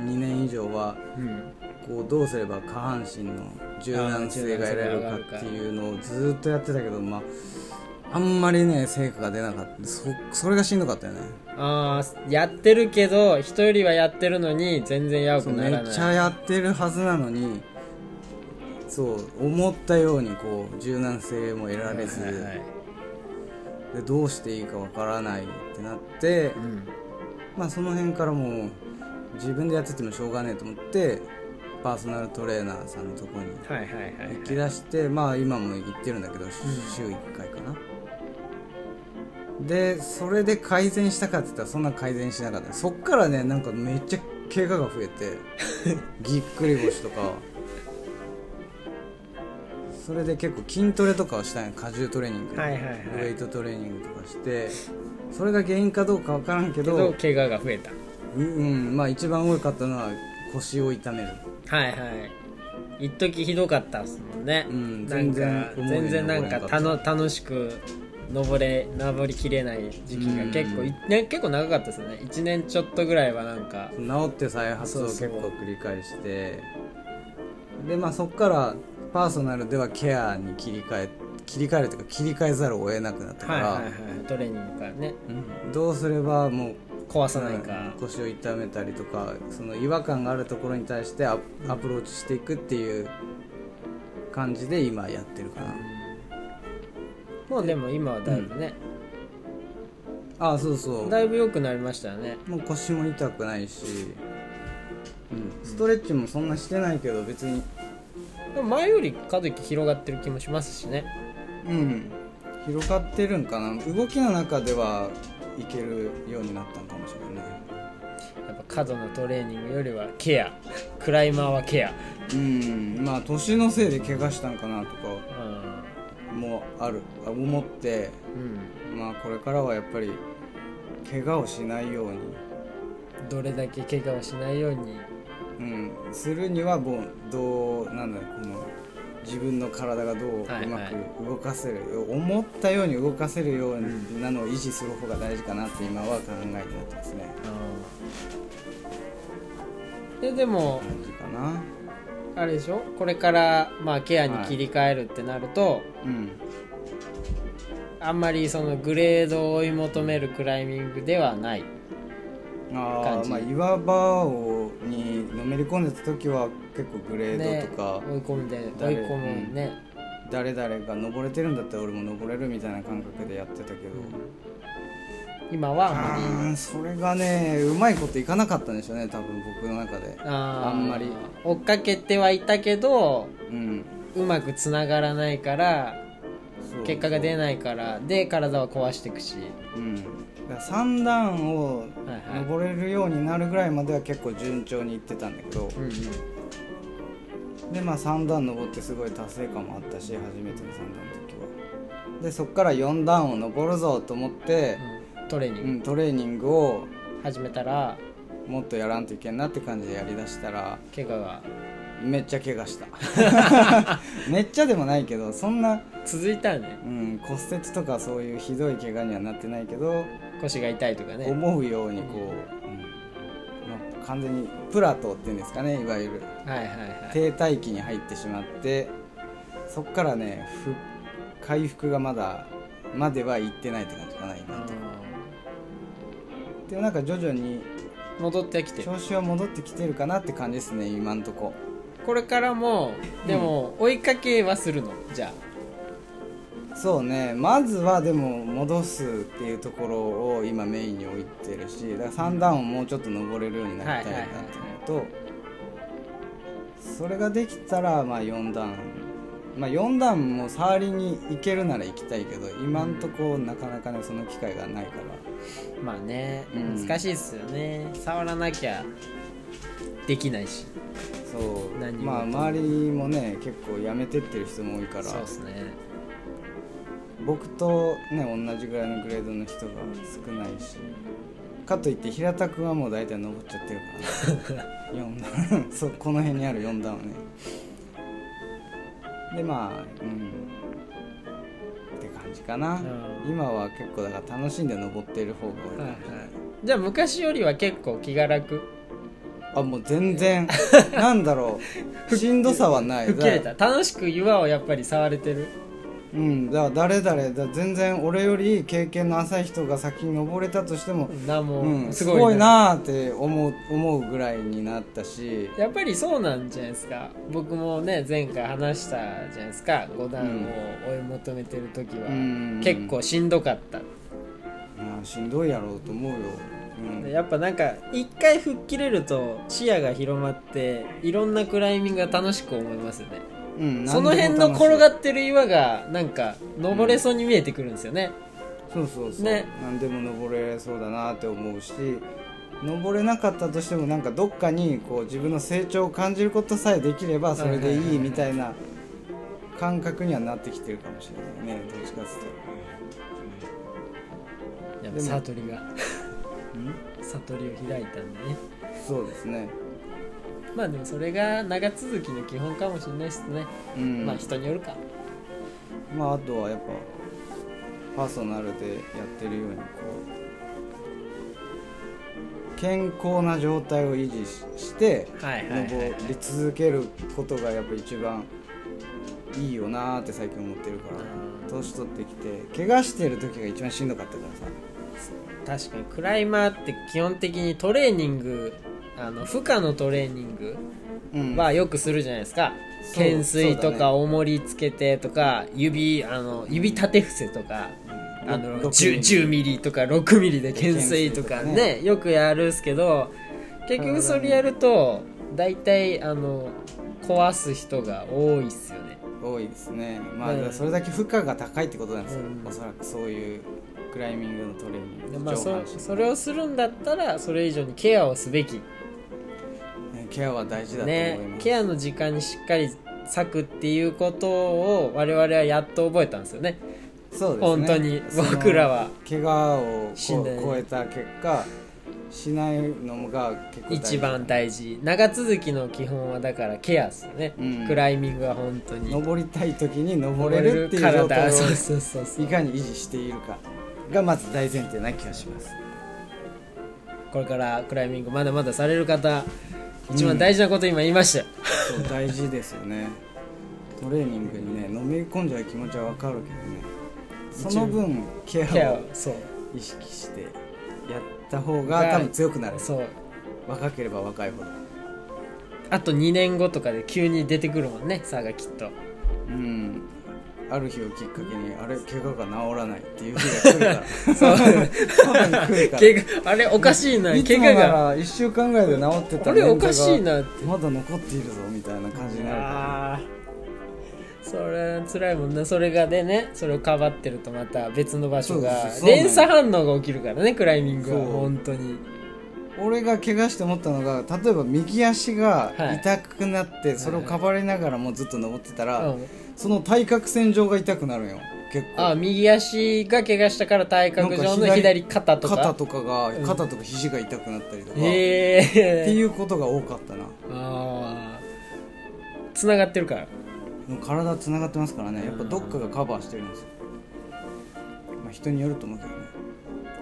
[SPEAKER 1] 2年以上は
[SPEAKER 2] うん
[SPEAKER 1] こうどうすれば下半身の柔軟性が得られるかっていうのをずっとやってたけど、まあ、あんまりね成果が出なかったそそれがしんどかったよね
[SPEAKER 2] ああやってるけど人よりはやってるのに全然やば
[SPEAKER 1] そ
[SPEAKER 2] く
[SPEAKER 1] う
[SPEAKER 2] な
[SPEAKER 1] め
[SPEAKER 2] ら
[SPEAKER 1] っ
[SPEAKER 2] ない
[SPEAKER 1] ちゃやってるはずなのにそう思ったようにこう柔軟性も得られず、
[SPEAKER 2] はいはいはい
[SPEAKER 1] でどうしていいかわからないってなって、
[SPEAKER 2] うん
[SPEAKER 1] まあ、その辺からもう自分でやっててもしょうがねえと思ってパーソナルトレーナーさんのとこに
[SPEAKER 2] はいはいはいはい
[SPEAKER 1] 行き出してまあ今も行ってるんだけど、週1回かなでそれで改善したかって言ったらそんな改善しなかったそっからねなんかめっちゃ怪我が増え
[SPEAKER 2] <laughs>
[SPEAKER 1] てぎっくり腰とかそれで結構筋トレとかをしたんや荷重トレーニング、
[SPEAKER 2] はいはいはい
[SPEAKER 1] ウェイトトレーニングとかしてそれが原因かどうかわからんけ
[SPEAKER 2] け
[SPEAKER 1] ど
[SPEAKER 2] ど怪我が増えた
[SPEAKER 1] ううんまあ一番多かったのは腰を痛める
[SPEAKER 2] はいはい一時ひどかったっすもんね、
[SPEAKER 1] うん
[SPEAKER 2] なん
[SPEAKER 1] 全
[SPEAKER 2] か
[SPEAKER 1] 然思うように
[SPEAKER 2] 全然なん
[SPEAKER 1] 登れな
[SPEAKER 2] か
[SPEAKER 1] か
[SPEAKER 2] 楽楽しく登れ登りきれない時期が結構、いね、結構長かったですね1年ちょっとぐらいはなんか
[SPEAKER 1] 治って再発を
[SPEAKER 2] そうそ
[SPEAKER 1] 結
[SPEAKER 2] う
[SPEAKER 1] 構繰り返してでまあそっからパーソナルではケアに切り替え切り替えるというか切り替えざるを得なくなったか
[SPEAKER 2] はい
[SPEAKER 1] ら、
[SPEAKER 2] はいはいトレーニングからね
[SPEAKER 1] うんどうすればもう
[SPEAKER 2] 壊さないか、
[SPEAKER 1] うん腰を痛めたりとかその違和感があるところに対してアアプローチしていくっていう感じで今やってるかな、
[SPEAKER 2] もうでも今はだいぶね、
[SPEAKER 1] ああそうそう
[SPEAKER 2] だいぶ良くなりましたよね
[SPEAKER 1] もう腰も痛くないし、うん、ストレッチもそんなしてないけど別に
[SPEAKER 2] でも前よりかといって広がってる気もしますしね
[SPEAKER 1] うん広がってるんかな動きの中ではいけるようになったのかもしれない
[SPEAKER 2] やっぱ過度なトレーニングよりはケア <laughs> クライマーはケア、
[SPEAKER 1] うんまあ年のせいで怪我したんかなとか
[SPEAKER 2] うん
[SPEAKER 1] もあるあ思って
[SPEAKER 2] うん、
[SPEAKER 1] まあこれからはやっぱり怪我をしないように、
[SPEAKER 2] どれだけ怪我をしないように
[SPEAKER 1] うん、するにはもうどうなんだろうこの自分の体がどうう
[SPEAKER 2] はいはい
[SPEAKER 1] まく動かせる、思ったように動かせるようなのを維持する方が大事かなって今は考えてやってますね
[SPEAKER 2] ででも
[SPEAKER 1] 感じかな
[SPEAKER 2] あれでしょこれから、まあ、ケアに切り替えるってなると、
[SPEAKER 1] うん
[SPEAKER 2] あんまりそのグレードを追い求めるクライミングではない
[SPEAKER 1] あ
[SPEAKER 2] 感
[SPEAKER 1] ー
[SPEAKER 2] じ
[SPEAKER 1] まあ岩場をにのめり込んでた時は結構グレードとか、
[SPEAKER 2] ね、追い込んで追い
[SPEAKER 1] 誰
[SPEAKER 2] 込むね、
[SPEAKER 1] 誰々が登れてるんだったら俺も登れるみたいな感覚でやってたけど、
[SPEAKER 2] 今はあんまり
[SPEAKER 1] あーそれがねうまいこといかなかったんでしょうね多分僕の中で
[SPEAKER 2] あー
[SPEAKER 1] あんまり
[SPEAKER 2] 追っかけてはいたけど
[SPEAKER 1] うん
[SPEAKER 2] うまくつながらないから
[SPEAKER 1] そう
[SPEAKER 2] 結果が出ないからで体は壊していくし
[SPEAKER 1] うんだから三段を
[SPEAKER 2] はいはい
[SPEAKER 1] 登れるようになるぐらいまでは結構順調にいってたんだけど、
[SPEAKER 2] うんうん
[SPEAKER 1] でまあ3段登ってすごい達成感もあったし初めての3段の時はでそっから4段を登るぞと思って、
[SPEAKER 2] うんトレーニ
[SPEAKER 1] う
[SPEAKER 2] ン
[SPEAKER 1] ん、トレーニングを
[SPEAKER 2] グ始めたら
[SPEAKER 1] もっとやらんといけんなって感じでやりだしたら
[SPEAKER 2] 怪我が
[SPEAKER 1] めっちゃ怪我しためっちゃでもないけどそんな、
[SPEAKER 2] 続いたらね
[SPEAKER 1] うん、骨折とかそういうひどい怪我にはなってないけど、
[SPEAKER 2] 腰が痛いとかね
[SPEAKER 1] 思うようにこう、うんまあ完全にプラトーっていうんですかねいわゆる
[SPEAKER 2] はいはいはい
[SPEAKER 1] 停滞期に入ってしまってそっからね復回復がまだまでは行ってないって感じかな今でもなんか徐々に
[SPEAKER 2] うん戻ってきてる
[SPEAKER 1] 調子は戻ってきてるかなって感じですね今んとこ
[SPEAKER 2] これからもでも追いかけはするのじゃ
[SPEAKER 1] そうねまずはでも戻すっていうところを今メインに置いてるしだから3段をもうちょっと登れるようになりたいなっていうのと、それができたらまあ4段まあ4段も触りに行けるなら行きたいけど今んとこなかなかねその機会がないから
[SPEAKER 2] あまあね、
[SPEAKER 1] うん
[SPEAKER 2] 難しいっすよね触らなきゃできないし
[SPEAKER 1] そう
[SPEAKER 2] 何事も
[SPEAKER 1] まあ周りもね結構やめてってる人も多いから
[SPEAKER 2] そうっすね
[SPEAKER 1] 僕とね同じぐらいのグレードの人が少ないしかといって平田君はもう大体登っちゃってる <laughs> から4段そうこの辺にある4段はねでまあうんって感じかな、
[SPEAKER 2] うん
[SPEAKER 1] 今は結構だから楽しんで登ってる方が多い、
[SPEAKER 2] はいはいじゃあ昔よりは結構気が楽
[SPEAKER 1] あもう全 <laughs> 然なんだろうしんどさはない
[SPEAKER 2] 吹っ切れた楽しく岩をやっぱり触れてる
[SPEAKER 1] うん、だから誰々だ全然俺より経験の浅い人が先に登れたとしても
[SPEAKER 2] なもう、
[SPEAKER 1] うん、すごいなーって思う思うぐらいになったし
[SPEAKER 2] やっぱりそうなんじゃないですか僕もね前回話したじゃないですか五段を追い求めてる時は、
[SPEAKER 1] うん
[SPEAKER 2] 結構しんどかった、
[SPEAKER 1] うんしんどいやろうと思うよ、うん、
[SPEAKER 2] やっぱなんか一回吹っ切れると視野が広まっていろんなクライミングが楽しく思いますよね
[SPEAKER 1] うん
[SPEAKER 2] その辺の転が
[SPEAKER 1] っ
[SPEAKER 2] ってる岩がなんか登れそうに見えてくるんですよね、
[SPEAKER 1] そうそうそう、
[SPEAKER 2] ね
[SPEAKER 1] 何でも登れそうだなって思うし登れなかったとしてもなんかどっかにこう自分の成長を感じることさえできればそれでいいみたいな感覚にはなってきてるかもしれないねどっちかって
[SPEAKER 2] やっ
[SPEAKER 1] で
[SPEAKER 2] ぱ
[SPEAKER 1] も
[SPEAKER 2] 悟りが
[SPEAKER 1] うん
[SPEAKER 2] 悟りを開いたんでね
[SPEAKER 1] いうとそうですね
[SPEAKER 2] まあでもそれが長続きの基本かもしれないですね、
[SPEAKER 1] うん
[SPEAKER 2] まあ人によるか
[SPEAKER 1] まあ、あとはやっぱパーソナルでやってるようにこう健康な状態を維持しして
[SPEAKER 2] はいはいはいはい
[SPEAKER 1] 登り続けることがやっぱ一番いいよなーって最近思ってるから
[SPEAKER 2] うん
[SPEAKER 1] 年取ってきて怪我してる時が一番しんどかったからさ
[SPEAKER 2] 確かにクライマーって基本的にトレーニングあの負荷のトレーニング
[SPEAKER 1] うん
[SPEAKER 2] はよくするじゃないですか、
[SPEAKER 1] そう
[SPEAKER 2] 懸垂と
[SPEAKER 1] そうだ
[SPEAKER 2] か重りつけてとか、指あの指立て伏せとか、
[SPEAKER 1] うん
[SPEAKER 2] あ
[SPEAKER 1] ろ
[SPEAKER 2] の
[SPEAKER 1] ろく
[SPEAKER 2] 10, 10ミリとか6ミリで懸垂とか
[SPEAKER 1] 懸垂
[SPEAKER 2] ね
[SPEAKER 1] と
[SPEAKER 2] よくやるんすけど結局それやると大体あの壊す人が多いっすよね
[SPEAKER 1] 多いですねまあ、
[SPEAKER 2] うん
[SPEAKER 1] だからそれだけ負荷が高いってことなんですよ、
[SPEAKER 2] うん
[SPEAKER 1] おそらくそういうクライミングのトレーニング
[SPEAKER 2] でまあ、
[SPEAKER 1] 上半
[SPEAKER 2] そ
[SPEAKER 1] 身
[SPEAKER 2] それをするんだったらそれ以上にケアをすべき
[SPEAKER 1] ねケアは大事だと思い
[SPEAKER 2] ね
[SPEAKER 1] ます、
[SPEAKER 2] ケアの時間にしっかり割くっていうことを我々はやっと覚えたんですよね
[SPEAKER 1] そうですね
[SPEAKER 2] 本当に
[SPEAKER 1] その
[SPEAKER 2] 僕らは
[SPEAKER 1] 怪我をこう
[SPEAKER 2] しんどい
[SPEAKER 1] 超えた結果しないのが結構大事
[SPEAKER 2] 一番大事長続きの基本はだからケアですよね、
[SPEAKER 1] うん
[SPEAKER 2] クライミングは本当に
[SPEAKER 1] 登りたい時に登れるっていう状態
[SPEAKER 2] 体そう
[SPEAKER 1] を
[SPEAKER 2] そうそうそう
[SPEAKER 1] いかに維持しているかがまず大前提な気がします
[SPEAKER 2] これからクライミングまだまだされる方一番大事なこと今言いましたよ、
[SPEAKER 1] そう大事ですよねトレーニングにねのめり込んじゃう気持ちはわかるけどねその分ケ
[SPEAKER 2] ケ
[SPEAKER 1] ア
[SPEAKER 2] ア
[SPEAKER 1] を
[SPEAKER 2] をそう
[SPEAKER 1] 意識してやった方が多分強くなる
[SPEAKER 2] そう
[SPEAKER 1] 若ければ若いほど
[SPEAKER 2] あと2年後とかで急に出てくるもんね差がきっと
[SPEAKER 1] うんある日をきっかけにあれ怪我が治らないっていう日が来るから
[SPEAKER 2] そ
[SPEAKER 1] 多
[SPEAKER 2] う
[SPEAKER 1] 分来るか
[SPEAKER 2] 怪我あれおかしいな
[SPEAKER 1] らいつ
[SPEAKER 2] 怪
[SPEAKER 1] も
[SPEAKER 2] 我
[SPEAKER 1] な
[SPEAKER 2] が
[SPEAKER 1] ら1週間ぐらいで治ってた
[SPEAKER 2] あれおかしい
[SPEAKER 1] 捻
[SPEAKER 2] なって
[SPEAKER 1] 挫がまだ残っているぞみたいな感じになるか
[SPEAKER 2] あーそれ辛いもんなそれがでねそれをかばってるとまた別の場所
[SPEAKER 1] そう
[SPEAKER 2] が
[SPEAKER 1] そうそう
[SPEAKER 2] 連鎖反応が起きるからねクライミングは
[SPEAKER 1] そう
[SPEAKER 2] 本当に
[SPEAKER 1] ら俺が怪我して思ったのが例えば右足が
[SPEAKER 2] はい
[SPEAKER 1] 痛くなって、それをかばりながらもうずっと登ってたら、
[SPEAKER 2] うん
[SPEAKER 1] その対角線上が痛くなるよ結構
[SPEAKER 2] あ右足が怪我したから体格上
[SPEAKER 1] なんか
[SPEAKER 2] の
[SPEAKER 1] 左
[SPEAKER 2] 左肩とか
[SPEAKER 1] 肩とかが
[SPEAKER 2] うん
[SPEAKER 1] 肩とか肘が痛くなったりとか、っ
[SPEAKER 2] え
[SPEAKER 1] て
[SPEAKER 2] え
[SPEAKER 1] いうことが多かったな
[SPEAKER 2] ああつながってるから
[SPEAKER 1] もう体つながってますからねやっぱどっかがカバーしてるんですよ、まあ、人によると思うけどね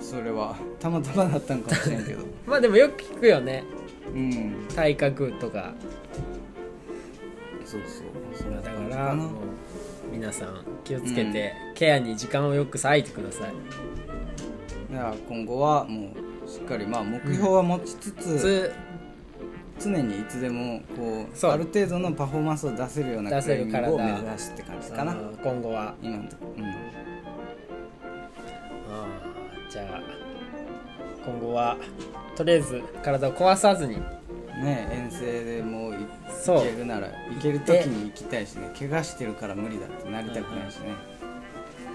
[SPEAKER 1] それはたまたまだったのかもしれん
[SPEAKER 2] <laughs>
[SPEAKER 1] けど
[SPEAKER 2] まあでもよく聞くよね
[SPEAKER 1] うん
[SPEAKER 2] 体格とか
[SPEAKER 1] そうそうそん
[SPEAKER 2] だ
[SPEAKER 1] な
[SPEAKER 2] か
[SPEAKER 1] 感じ
[SPEAKER 2] らもう皆さん気をつけて、ケアに時間をよく割いてください
[SPEAKER 1] だから今後はもうしっかりまあ目標は持ちつつ、
[SPEAKER 2] つ
[SPEAKER 1] 常にいつでもこう
[SPEAKER 2] そう
[SPEAKER 1] ある程度のパフォーマンスを出せるようなク
[SPEAKER 2] 出
[SPEAKER 1] ラ
[SPEAKER 2] せ
[SPEAKER 1] イ
[SPEAKER 2] る
[SPEAKER 1] ミングを目
[SPEAKER 2] 体
[SPEAKER 1] 指すって感じかな
[SPEAKER 2] あの今後は
[SPEAKER 1] 今のとこうん
[SPEAKER 2] あーじゃあ今後はとりあえず体を壊さずに
[SPEAKER 1] ねえ遠征でもうい
[SPEAKER 2] そう
[SPEAKER 1] 行けるなら行ける時に行きたいしね怪我してるから無理だってなりたくないしね、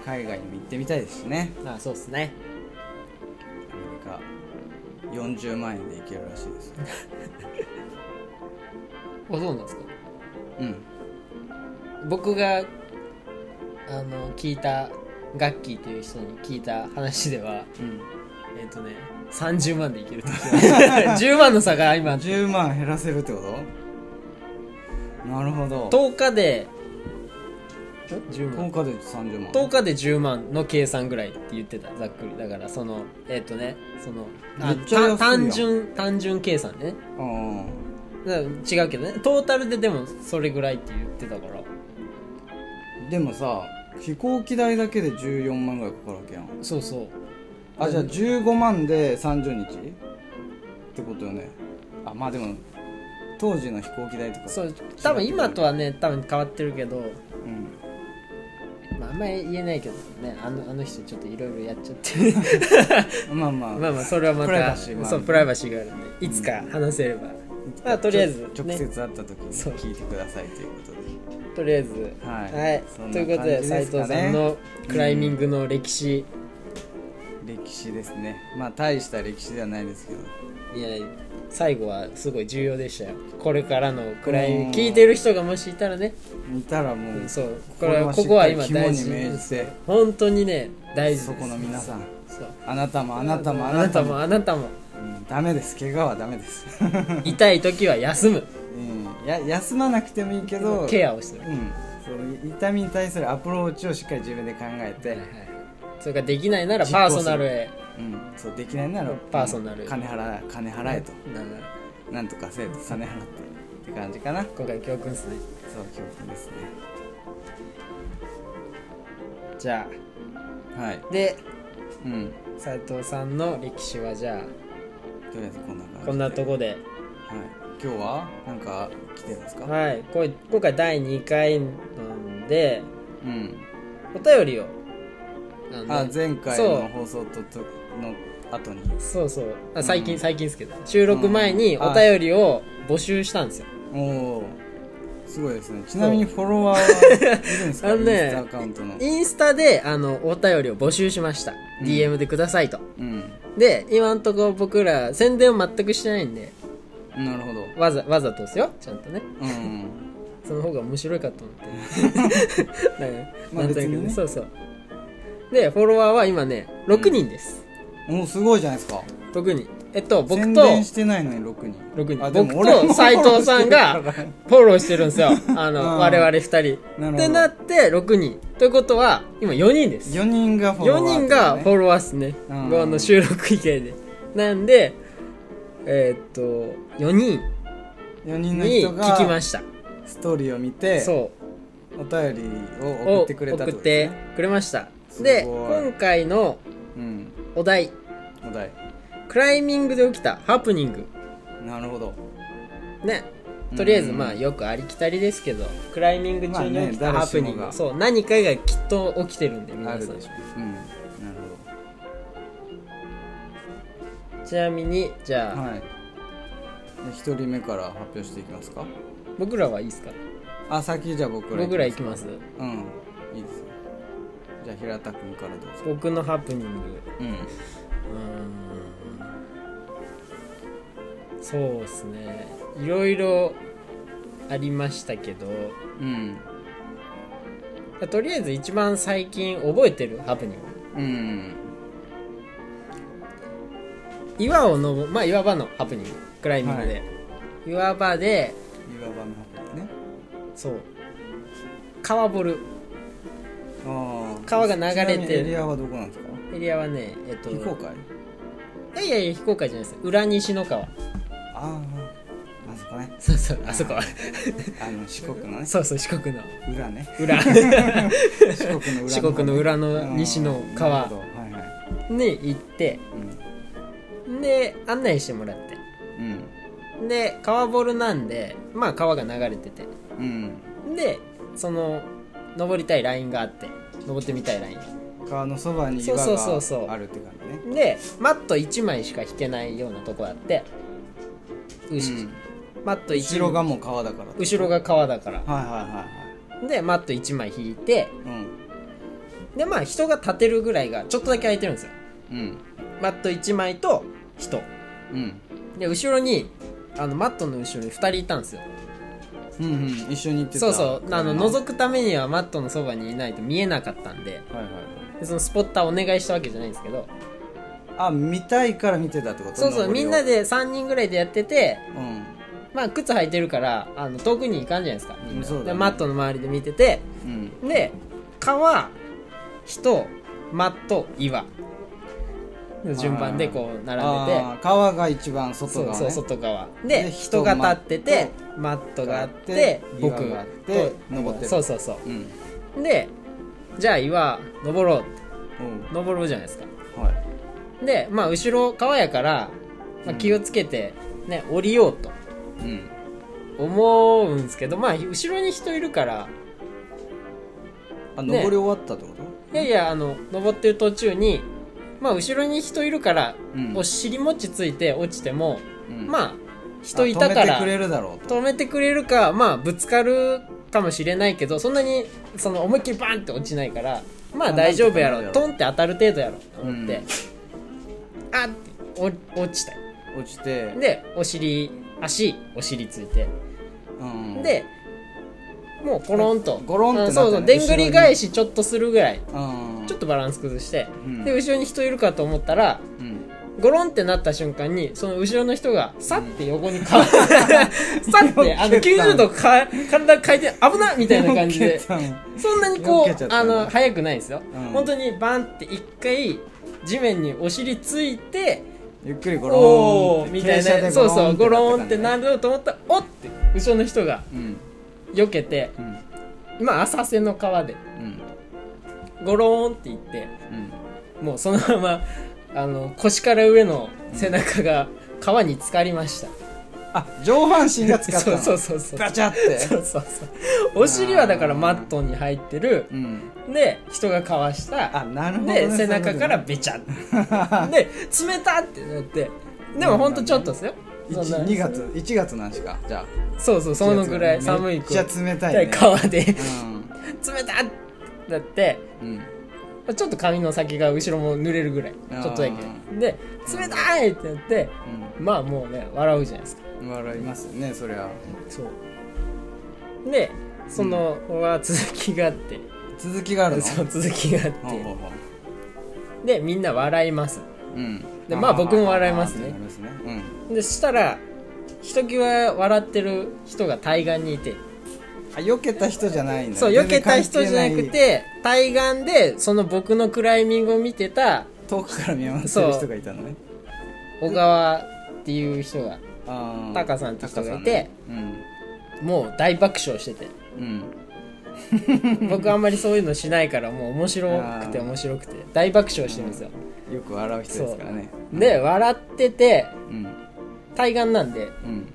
[SPEAKER 1] 海外にも行ってみたいですしね
[SPEAKER 2] あそうですね
[SPEAKER 1] アメリカ40万円で行けるらしいですよ
[SPEAKER 2] おそうなんですか
[SPEAKER 1] うん
[SPEAKER 2] 僕があの聞いたガッキーという人に聞いた話では
[SPEAKER 1] うん
[SPEAKER 2] えっ、とね30万でいけ <laughs> ると10万の差が今
[SPEAKER 1] 10万減らせるってことなるほど
[SPEAKER 2] 10日でえ10万
[SPEAKER 1] 10日で30万
[SPEAKER 2] 10日で10万の計算ぐらいって言ってたざっくりだからそのえっ、とねそのあ
[SPEAKER 1] めっちゃ安いやん
[SPEAKER 2] た単純単純計算ね
[SPEAKER 1] うん
[SPEAKER 2] だから違うけどねトータルででもそれぐらいって言ってたから
[SPEAKER 1] でもさ飛行機代だけで14万ぐらいかかるわけやん
[SPEAKER 2] そうそう
[SPEAKER 1] あじゃあ15万で30日ってことよねあまあでも当時の飛行機代とか
[SPEAKER 2] そう多分今とはね多分変わってるけど、
[SPEAKER 1] うん
[SPEAKER 2] まあ、あんまり言えないけどねあのあの人ちょっといろいろやっちゃってる
[SPEAKER 1] まあまあ
[SPEAKER 2] まあまあそれはまた
[SPEAKER 1] プライバシーもある
[SPEAKER 2] そうプライバシーがあるんでいつか話せれば、まあとりあえずね
[SPEAKER 1] ちょ直接会った時に
[SPEAKER 2] そう
[SPEAKER 1] 聞いてくださいということで
[SPEAKER 2] とりあえず
[SPEAKER 1] はいそんな
[SPEAKER 2] ということで
[SPEAKER 1] 感じで
[SPEAKER 2] 斉
[SPEAKER 1] すかね
[SPEAKER 2] 藤さんのクライミングの歴史、
[SPEAKER 1] 歴史ですねまあ大した歴史ではないですけど
[SPEAKER 2] いや最後はすごい重要でしたよこれからのクライミン
[SPEAKER 1] うん
[SPEAKER 2] グ聞いてる人がもしいたらね
[SPEAKER 1] 見たらもう
[SPEAKER 2] そうこ
[SPEAKER 1] こ
[SPEAKER 2] れ
[SPEAKER 1] れ
[SPEAKER 2] は
[SPEAKER 1] は
[SPEAKER 2] ここは今
[SPEAKER 1] しっかり
[SPEAKER 2] 大
[SPEAKER 1] 肝に
[SPEAKER 2] 事
[SPEAKER 1] 銘じて
[SPEAKER 2] 本当にね大事です
[SPEAKER 1] そこの皆さん
[SPEAKER 2] そう
[SPEAKER 1] あなたもあ
[SPEAKER 2] あ
[SPEAKER 1] なたもあなたも
[SPEAKER 2] あなた
[SPEAKER 1] う
[SPEAKER 2] も
[SPEAKER 1] んダメです怪我はダメです、 <laughs>
[SPEAKER 2] 痛い時は休む
[SPEAKER 1] うん、や休まなくてもいいけど
[SPEAKER 2] ケアをする、
[SPEAKER 1] うん、その痛みに対するアプローチをしっかり自分で考えて、
[SPEAKER 2] はいはいそれからできないならパーソナルへ
[SPEAKER 1] うん、そうできないなら
[SPEAKER 2] パーソナル
[SPEAKER 1] 金払え金払えと、
[SPEAKER 2] だか
[SPEAKER 1] な
[SPEAKER 2] ら
[SPEAKER 1] んとかせえと金払ってって感じかなそう
[SPEAKER 2] 今回教訓ですね
[SPEAKER 1] 教訓ですね
[SPEAKER 2] じゃ
[SPEAKER 1] はい
[SPEAKER 2] あで
[SPEAKER 1] うん
[SPEAKER 2] 斉藤さんの歴史はじゃ
[SPEAKER 1] とりあえずこんな感じ
[SPEAKER 2] あ
[SPEAKER 1] で
[SPEAKER 2] こんなとこで
[SPEAKER 1] はい、今日はなんか来てますか、
[SPEAKER 2] はいこい今回第2回なんで
[SPEAKER 1] うん
[SPEAKER 2] お便りをあの
[SPEAKER 1] あ
[SPEAKER 2] ね
[SPEAKER 1] 前回
[SPEAKER 2] そう
[SPEAKER 1] の放送ととの後に
[SPEAKER 2] そうそうあ
[SPEAKER 1] ん
[SPEAKER 2] 最近、最近ですけど収録前にお便りを募集したんですよ、
[SPEAKER 1] おおすごいですねちなみにフォロワーはいるんです
[SPEAKER 2] <laughs> あ
[SPEAKER 1] か、
[SPEAKER 2] のね
[SPEAKER 1] インスタアカウントの
[SPEAKER 2] インスタであのお便りを募集しました、
[SPEAKER 1] うん
[SPEAKER 2] DM でくださいと
[SPEAKER 1] うん
[SPEAKER 2] で今んとこ僕ら宣伝を全くしてないんで
[SPEAKER 1] なるほど
[SPEAKER 2] わざわざとですよちゃんとね
[SPEAKER 1] うん
[SPEAKER 2] その方が面白いかと思ってだから
[SPEAKER 1] <laughs> まあ
[SPEAKER 2] なんとなく
[SPEAKER 1] 別にね
[SPEAKER 2] そうそうでフォロワーは今ね6人です、
[SPEAKER 1] おーすごいじゃないですか
[SPEAKER 2] 特にえっと僕
[SPEAKER 1] 宣
[SPEAKER 2] と
[SPEAKER 1] 伝してないのに6人
[SPEAKER 2] 六人
[SPEAKER 1] あでも
[SPEAKER 2] 僕
[SPEAKER 1] 俺も
[SPEAKER 2] と斎藤さ
[SPEAKER 1] <laughs>
[SPEAKER 2] んがフォローしてるんですよあの、
[SPEAKER 1] うん
[SPEAKER 2] 我々2人
[SPEAKER 1] なるほど
[SPEAKER 2] ってなって6人ということは今4人です
[SPEAKER 1] 4人がフォロワ
[SPEAKER 2] 4
[SPEAKER 1] ー、ね、
[SPEAKER 2] 人がフォロワーっすね、
[SPEAKER 1] うん
[SPEAKER 2] あの収録以外でなんでえーっと4人
[SPEAKER 1] 4人の
[SPEAKER 2] に
[SPEAKER 1] 人
[SPEAKER 2] 聞きま
[SPEAKER 1] が
[SPEAKER 2] した
[SPEAKER 1] ストーリーを見て
[SPEAKER 2] そ
[SPEAKER 1] お便り
[SPEAKER 2] う
[SPEAKER 1] を送ってくれたて
[SPEAKER 2] 送っ
[SPEAKER 1] ことで
[SPEAKER 2] て
[SPEAKER 1] すね
[SPEAKER 2] くれました
[SPEAKER 1] すごい
[SPEAKER 2] で今回の
[SPEAKER 1] うん
[SPEAKER 2] お題
[SPEAKER 1] お題
[SPEAKER 2] クライミングで起きたハプニング
[SPEAKER 1] なるほど
[SPEAKER 2] ねとりあえず
[SPEAKER 1] うん
[SPEAKER 2] まあよくありきたりですけどクライミング中に起きた
[SPEAKER 1] まあね
[SPEAKER 2] ハプニン
[SPEAKER 1] 誰し
[SPEAKER 2] グ、
[SPEAKER 1] もが
[SPEAKER 2] そう何かがきっと起きてるんで皆
[SPEAKER 1] ある
[SPEAKER 2] さん
[SPEAKER 1] でしょうんなる
[SPEAKER 2] ちなみにじゃ
[SPEAKER 1] ほ
[SPEAKER 2] あ、
[SPEAKER 1] どはい1人目から発表していきますか
[SPEAKER 2] 僕らはいいですか
[SPEAKER 1] あ先じゃあ僕ら
[SPEAKER 2] 僕らいき
[SPEAKER 1] ま
[SPEAKER 2] ます
[SPEAKER 1] すうんいいですよじゃあ平田君からどうぞ
[SPEAKER 2] 僕のハプニング
[SPEAKER 1] うん
[SPEAKER 2] うーんそうですねいろいろありましたけど
[SPEAKER 1] うん
[SPEAKER 2] とりあえず一番最近覚えてるハプニング
[SPEAKER 1] うん
[SPEAKER 2] 岩を登るまあ岩場のハプニングクライミングで、
[SPEAKER 1] は
[SPEAKER 2] 岩場で
[SPEAKER 1] 岩場のハプニングね
[SPEAKER 2] そう川ボル
[SPEAKER 1] ああ
[SPEAKER 2] 川が流れてる
[SPEAKER 1] ちなみにエリアはどこなんですか
[SPEAKER 2] エリアはねえっと
[SPEAKER 1] 非公開
[SPEAKER 2] いやいや非公開じゃないです裏西の川
[SPEAKER 1] あああそこね
[SPEAKER 2] そうそうあそこは
[SPEAKER 1] あの四国のね
[SPEAKER 2] そうそう四国の
[SPEAKER 1] 裏ね
[SPEAKER 2] 裏
[SPEAKER 1] 四国の裏
[SPEAKER 2] 四国の裏の
[SPEAKER 1] うん
[SPEAKER 2] 西の
[SPEAKER 1] な
[SPEAKER 2] 川
[SPEAKER 1] るほどはいはい
[SPEAKER 2] <laughs> に行ってで案内してもらって
[SPEAKER 1] うん
[SPEAKER 2] で川ボルなんでまあ川が流れてて
[SPEAKER 1] うんうん
[SPEAKER 2] でその登りたいラインがあって登ってみたいライン
[SPEAKER 1] 川のそばに岩
[SPEAKER 2] そうそうそうそう
[SPEAKER 1] があるって感じね
[SPEAKER 2] でマット1枚しか引けないようなとこあって牛
[SPEAKER 1] うん
[SPEAKER 2] マット一
[SPEAKER 1] 後ろがもう川だから
[SPEAKER 2] 後ろが川だから
[SPEAKER 1] はいはい
[SPEAKER 2] でマット1枚引いて
[SPEAKER 1] はいはい
[SPEAKER 2] でまあ人が立てるぐらいがちょっとだけ空いてるんですよ
[SPEAKER 1] うん
[SPEAKER 2] マット1枚と人
[SPEAKER 1] うんうん
[SPEAKER 2] で後ろにあのマットの後ろに2人いたんですよ
[SPEAKER 1] うんうん一緒に行ってた
[SPEAKER 2] そうそうあの
[SPEAKER 1] く
[SPEAKER 2] 覗くためにはマットのそばにいないと見えなかったんで
[SPEAKER 1] はいはいはい
[SPEAKER 2] でそのスポッターお願いしたわけじゃないんですけど
[SPEAKER 1] あ見たいから見てたってこと
[SPEAKER 2] そうそうみんな、で3人ぐらいでやってて
[SPEAKER 1] 登りを
[SPEAKER 2] まあ靴履いてるからあの遠くに行かんじゃないですかみんな、
[SPEAKER 1] そうだね
[SPEAKER 2] でマットの周りで見てて
[SPEAKER 1] うんうん、
[SPEAKER 2] で川人マット岩の順番でこう並んでて
[SPEAKER 1] あー川が一番外
[SPEAKER 2] そう
[SPEAKER 1] 側、ね、
[SPEAKER 2] そう外側
[SPEAKER 1] で
[SPEAKER 2] で
[SPEAKER 1] 人
[SPEAKER 2] 人
[SPEAKER 1] が
[SPEAKER 2] が立っててマットがあって
[SPEAKER 1] あって
[SPEAKER 2] 僕
[SPEAKER 1] 岩があって
[SPEAKER 2] と
[SPEAKER 1] 登ってる、
[SPEAKER 2] そうそうそう
[SPEAKER 1] うん
[SPEAKER 2] うでじゃあ岩登ろうって
[SPEAKER 1] う
[SPEAKER 2] 登ろうじゃないですか
[SPEAKER 1] ん、はい
[SPEAKER 2] でまあ後ろ川やから、まあ、気をつけてね、降りようと
[SPEAKER 1] うん
[SPEAKER 2] 思うんですけどまあ後ろに人いるから
[SPEAKER 1] あ
[SPEAKER 2] ね
[SPEAKER 1] 登り終わったってこと、
[SPEAKER 2] いやいやあの登ってる途中にまあ後ろに人いるから、
[SPEAKER 1] うん
[SPEAKER 2] お尻餅ついて落ちても、
[SPEAKER 1] うん
[SPEAKER 2] まあ人いたか
[SPEAKER 1] あ止めて
[SPEAKER 2] ら
[SPEAKER 1] くれるだろうと
[SPEAKER 2] 止めてくれるかまあぶつかるかもしれないけどそんなにその思いっきりバンって落ちないからま
[SPEAKER 1] あ
[SPEAKER 2] あ大丈夫や
[SPEAKER 1] な
[SPEAKER 2] ろ
[SPEAKER 1] んとか
[SPEAKER 2] ト
[SPEAKER 1] な
[SPEAKER 2] ンって当たる程度やろと思って、
[SPEAKER 1] うん
[SPEAKER 2] あってお落ちた
[SPEAKER 1] 落ちて、
[SPEAKER 2] でお尻足お尻ついて
[SPEAKER 1] うん、
[SPEAKER 2] でもうコロンと
[SPEAKER 1] ゴロンってな
[SPEAKER 2] う
[SPEAKER 1] っ
[SPEAKER 2] ん
[SPEAKER 1] たね
[SPEAKER 2] そうそうでんぐり返しちょっとするぐらい
[SPEAKER 1] うん、
[SPEAKER 2] ちょっとバランス崩して、
[SPEAKER 1] うん
[SPEAKER 2] で後ろに人いるかと思ったら
[SPEAKER 1] うん、
[SPEAKER 2] ゴロンってなった瞬間にその後ろの人がさって横に変
[SPEAKER 1] <laughs>
[SPEAKER 2] わさってあの
[SPEAKER 1] よけた
[SPEAKER 2] 90度か体回転危なみたいな感じで
[SPEAKER 1] よけたん
[SPEAKER 2] そんなにこ
[SPEAKER 1] よけちゃっ
[SPEAKER 2] う
[SPEAKER 1] た
[SPEAKER 2] あ
[SPEAKER 1] んだ
[SPEAKER 2] の速くないですよ、
[SPEAKER 1] うん
[SPEAKER 2] 本当にバンって一回地面にお尻ついて
[SPEAKER 1] ゆっくりゴロ
[SPEAKER 2] お
[SPEAKER 1] ーンっ
[SPEAKER 2] ー
[SPEAKER 1] て
[SPEAKER 2] みたい
[SPEAKER 1] 傾斜
[SPEAKER 2] な
[SPEAKER 1] で
[SPEAKER 2] そうそうゴロンってな
[SPEAKER 1] る
[SPEAKER 2] ると思ったらおっって後ろの人が
[SPEAKER 1] うん
[SPEAKER 2] 避けて
[SPEAKER 1] うん
[SPEAKER 2] まあ浅瀬の川で
[SPEAKER 1] うん
[SPEAKER 2] ゴローンって言って
[SPEAKER 1] うん
[SPEAKER 2] もうそのま <laughs> まあの腰から上の背中が川に浸かりました、
[SPEAKER 1] あ上半身が使った
[SPEAKER 2] <laughs> そう
[SPEAKER 1] の
[SPEAKER 2] そうそうそう
[SPEAKER 1] ガチャって
[SPEAKER 2] そうそうそうお尻はだからマットに入ってる
[SPEAKER 1] うん
[SPEAKER 2] で人がかわし
[SPEAKER 1] あ
[SPEAKER 2] た
[SPEAKER 1] なるほど、ね、
[SPEAKER 2] で背中からベチャッで冷たってなってでもほんとちょっとで
[SPEAKER 1] <laughs>
[SPEAKER 2] すよそんな
[SPEAKER 1] 12月1月なんしかじゃあ
[SPEAKER 2] そうそうそのぐらい寒い
[SPEAKER 1] めっちゃ冷たいね
[SPEAKER 2] 川で <laughs> 冷
[SPEAKER 1] うん
[SPEAKER 2] たってなって
[SPEAKER 1] うん
[SPEAKER 2] ちょっと髪の先が後ろも濡れるぐらいちょっとだけ
[SPEAKER 1] あ
[SPEAKER 2] で冷たいってなってまあもうね笑うじゃないですか
[SPEAKER 1] うん笑いますよねそりゃ
[SPEAKER 2] そうでその、これは続きがあって
[SPEAKER 1] 続きがあるの
[SPEAKER 2] <laughs> そう続きがあっ
[SPEAKER 1] ほうほう
[SPEAKER 2] て
[SPEAKER 1] ほ
[SPEAKER 2] でみんな笑います
[SPEAKER 1] ううん
[SPEAKER 2] でまあ僕も笑います
[SPEAKER 1] あー
[SPEAKER 2] ね
[SPEAKER 1] 笑いますねうん
[SPEAKER 2] でそしたらひときわ笑ってる人が対岸にいて
[SPEAKER 1] あ避けた人じゃないんだ
[SPEAKER 2] そう避けた人じゃな
[SPEAKER 1] 全
[SPEAKER 2] く
[SPEAKER 1] 然関係
[SPEAKER 2] て対岸でその僕のクライミングを見てた
[SPEAKER 1] ない遠くから見守ってる人がいたのね
[SPEAKER 2] 小川っていう人が
[SPEAKER 1] あー
[SPEAKER 2] タカさんって人がいて
[SPEAKER 1] タカさんねうん
[SPEAKER 2] もう大爆笑
[SPEAKER 1] <laughs>
[SPEAKER 2] してて
[SPEAKER 1] うん
[SPEAKER 2] 僕あんまりそういうのしないからもう面白くて面白くて大爆笑してるんですよ
[SPEAKER 1] よく笑う人ですからね
[SPEAKER 2] で笑ってて
[SPEAKER 1] うん
[SPEAKER 2] 対岸なんで
[SPEAKER 1] うん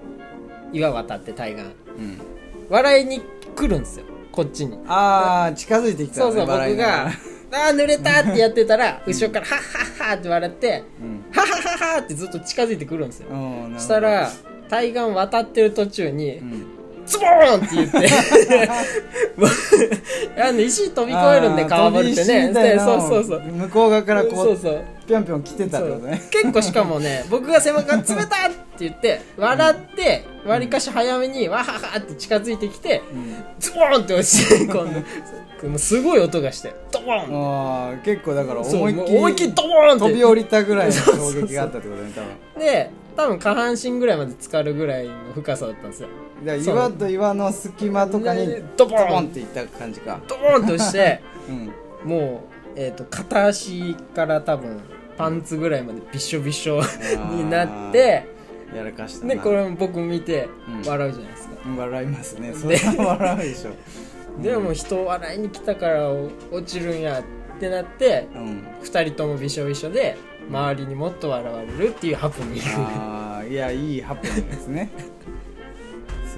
[SPEAKER 2] 岩渡って対岸
[SPEAKER 1] うん
[SPEAKER 2] 笑いに来るんですよこっちに
[SPEAKER 1] ああ近づいてきた
[SPEAKER 2] そ
[SPEAKER 1] の
[SPEAKER 2] う
[SPEAKER 1] ね
[SPEAKER 2] そう僕
[SPEAKER 1] 笑いな
[SPEAKER 2] が
[SPEAKER 1] ら <laughs>
[SPEAKER 2] 「あー濡れた!」ってやってたら後ろから「ハッハッハッ!」って笑って
[SPEAKER 1] うん
[SPEAKER 2] 「ハッハッハッ!」ってずっと近づいてくるんです
[SPEAKER 1] お
[SPEAKER 2] よ
[SPEAKER 1] ーなるほど
[SPEAKER 2] したら対岸渡ってる途中に
[SPEAKER 1] うん
[SPEAKER 2] 「ズボーン!」って言っ
[SPEAKER 1] <laughs>
[SPEAKER 2] て <laughs> もうあの石飛び越えるんで
[SPEAKER 1] あー
[SPEAKER 2] 川張
[SPEAKER 1] 飛
[SPEAKER 2] って
[SPEAKER 1] び石
[SPEAKER 2] ね
[SPEAKER 1] みたい
[SPEAKER 2] で
[SPEAKER 1] な
[SPEAKER 2] そう
[SPEAKER 1] の
[SPEAKER 2] そうそう
[SPEAKER 1] 向こう側からこ
[SPEAKER 2] そううそう
[SPEAKER 1] ぴょんぴょん来てたっ
[SPEAKER 2] そ
[SPEAKER 1] てこと
[SPEAKER 2] う
[SPEAKER 1] ね
[SPEAKER 2] 結構しか
[SPEAKER 1] <laughs>
[SPEAKER 2] もね僕が背中が冷たって言って笑ってわりかし早めにわははって近づいてきてズボーンって落ちて今度もうすごい音がしてドボーン
[SPEAKER 1] ああ結構だから
[SPEAKER 2] そう
[SPEAKER 1] 思
[SPEAKER 2] 思
[SPEAKER 1] い
[SPEAKER 2] い
[SPEAKER 1] っき
[SPEAKER 2] っき
[SPEAKER 1] り
[SPEAKER 2] りドボーンって
[SPEAKER 1] 飛び降りたぐらいの衝撃があったってことね多分
[SPEAKER 2] で多分下半身ぐらいまで浸かるぐらいの深さだったんですよ
[SPEAKER 1] うから岩と岩の隙間とかに
[SPEAKER 2] ド
[SPEAKER 1] ド
[SPEAKER 2] ボン
[SPEAKER 1] ボンっていった感じか
[SPEAKER 2] ドーンと押して
[SPEAKER 1] うん
[SPEAKER 2] もう、えー、と片足から多分パンツぐらいまでびしょびしょになって
[SPEAKER 1] やらかしたな
[SPEAKER 2] でこれ僕見て
[SPEAKER 1] うん
[SPEAKER 2] 笑うじゃないですか、
[SPEAKER 1] 笑いますねそれは笑うでしょ
[SPEAKER 2] でも人を笑いに来たからお落ちるんやってなって <laughs>
[SPEAKER 1] うん
[SPEAKER 2] 2人ともびしょびしょで周りにもっと笑われるっていうハプニング
[SPEAKER 1] あーいやいいハプニングですね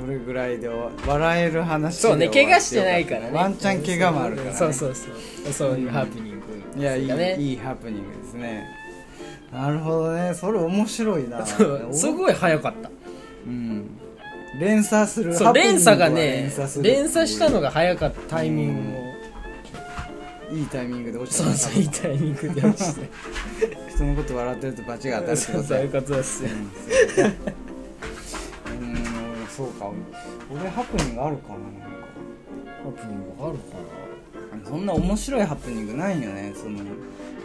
[SPEAKER 1] それぐらいで終わ笑える話で
[SPEAKER 2] <laughs> そうね
[SPEAKER 1] 終
[SPEAKER 2] 怪
[SPEAKER 1] わっ
[SPEAKER 2] 我してないからね
[SPEAKER 1] ワンチャン怪我もあるから、ね、
[SPEAKER 2] そうそうそうそういうハプニング
[SPEAKER 1] いやいい,、
[SPEAKER 2] ですかね
[SPEAKER 1] いいハプニングですねなるほどねそれ面白いな
[SPEAKER 2] そうす
[SPEAKER 1] い、
[SPEAKER 2] ごい早かった
[SPEAKER 1] うん、連鎖する
[SPEAKER 2] そう連鎖が
[SPEAKER 1] 連
[SPEAKER 2] ね
[SPEAKER 1] 鎖する
[SPEAKER 2] 連鎖したのが早かったタイミングを
[SPEAKER 1] いいタイミングで落ちた
[SPEAKER 2] そうそういいタイミングで落
[SPEAKER 1] <laughs>
[SPEAKER 2] ちて
[SPEAKER 1] 人のこと笑ってるとバチが当たるって
[SPEAKER 2] そ
[SPEAKER 1] こ
[SPEAKER 2] う
[SPEAKER 1] と
[SPEAKER 2] そう
[SPEAKER 1] だ
[SPEAKER 2] い
[SPEAKER 1] よ
[SPEAKER 2] うことですよ
[SPEAKER 1] うんうんそうか俺ハプニングあるかななんか
[SPEAKER 2] ハプニングあるか
[SPEAKER 1] そんな面白いハプニングないよねその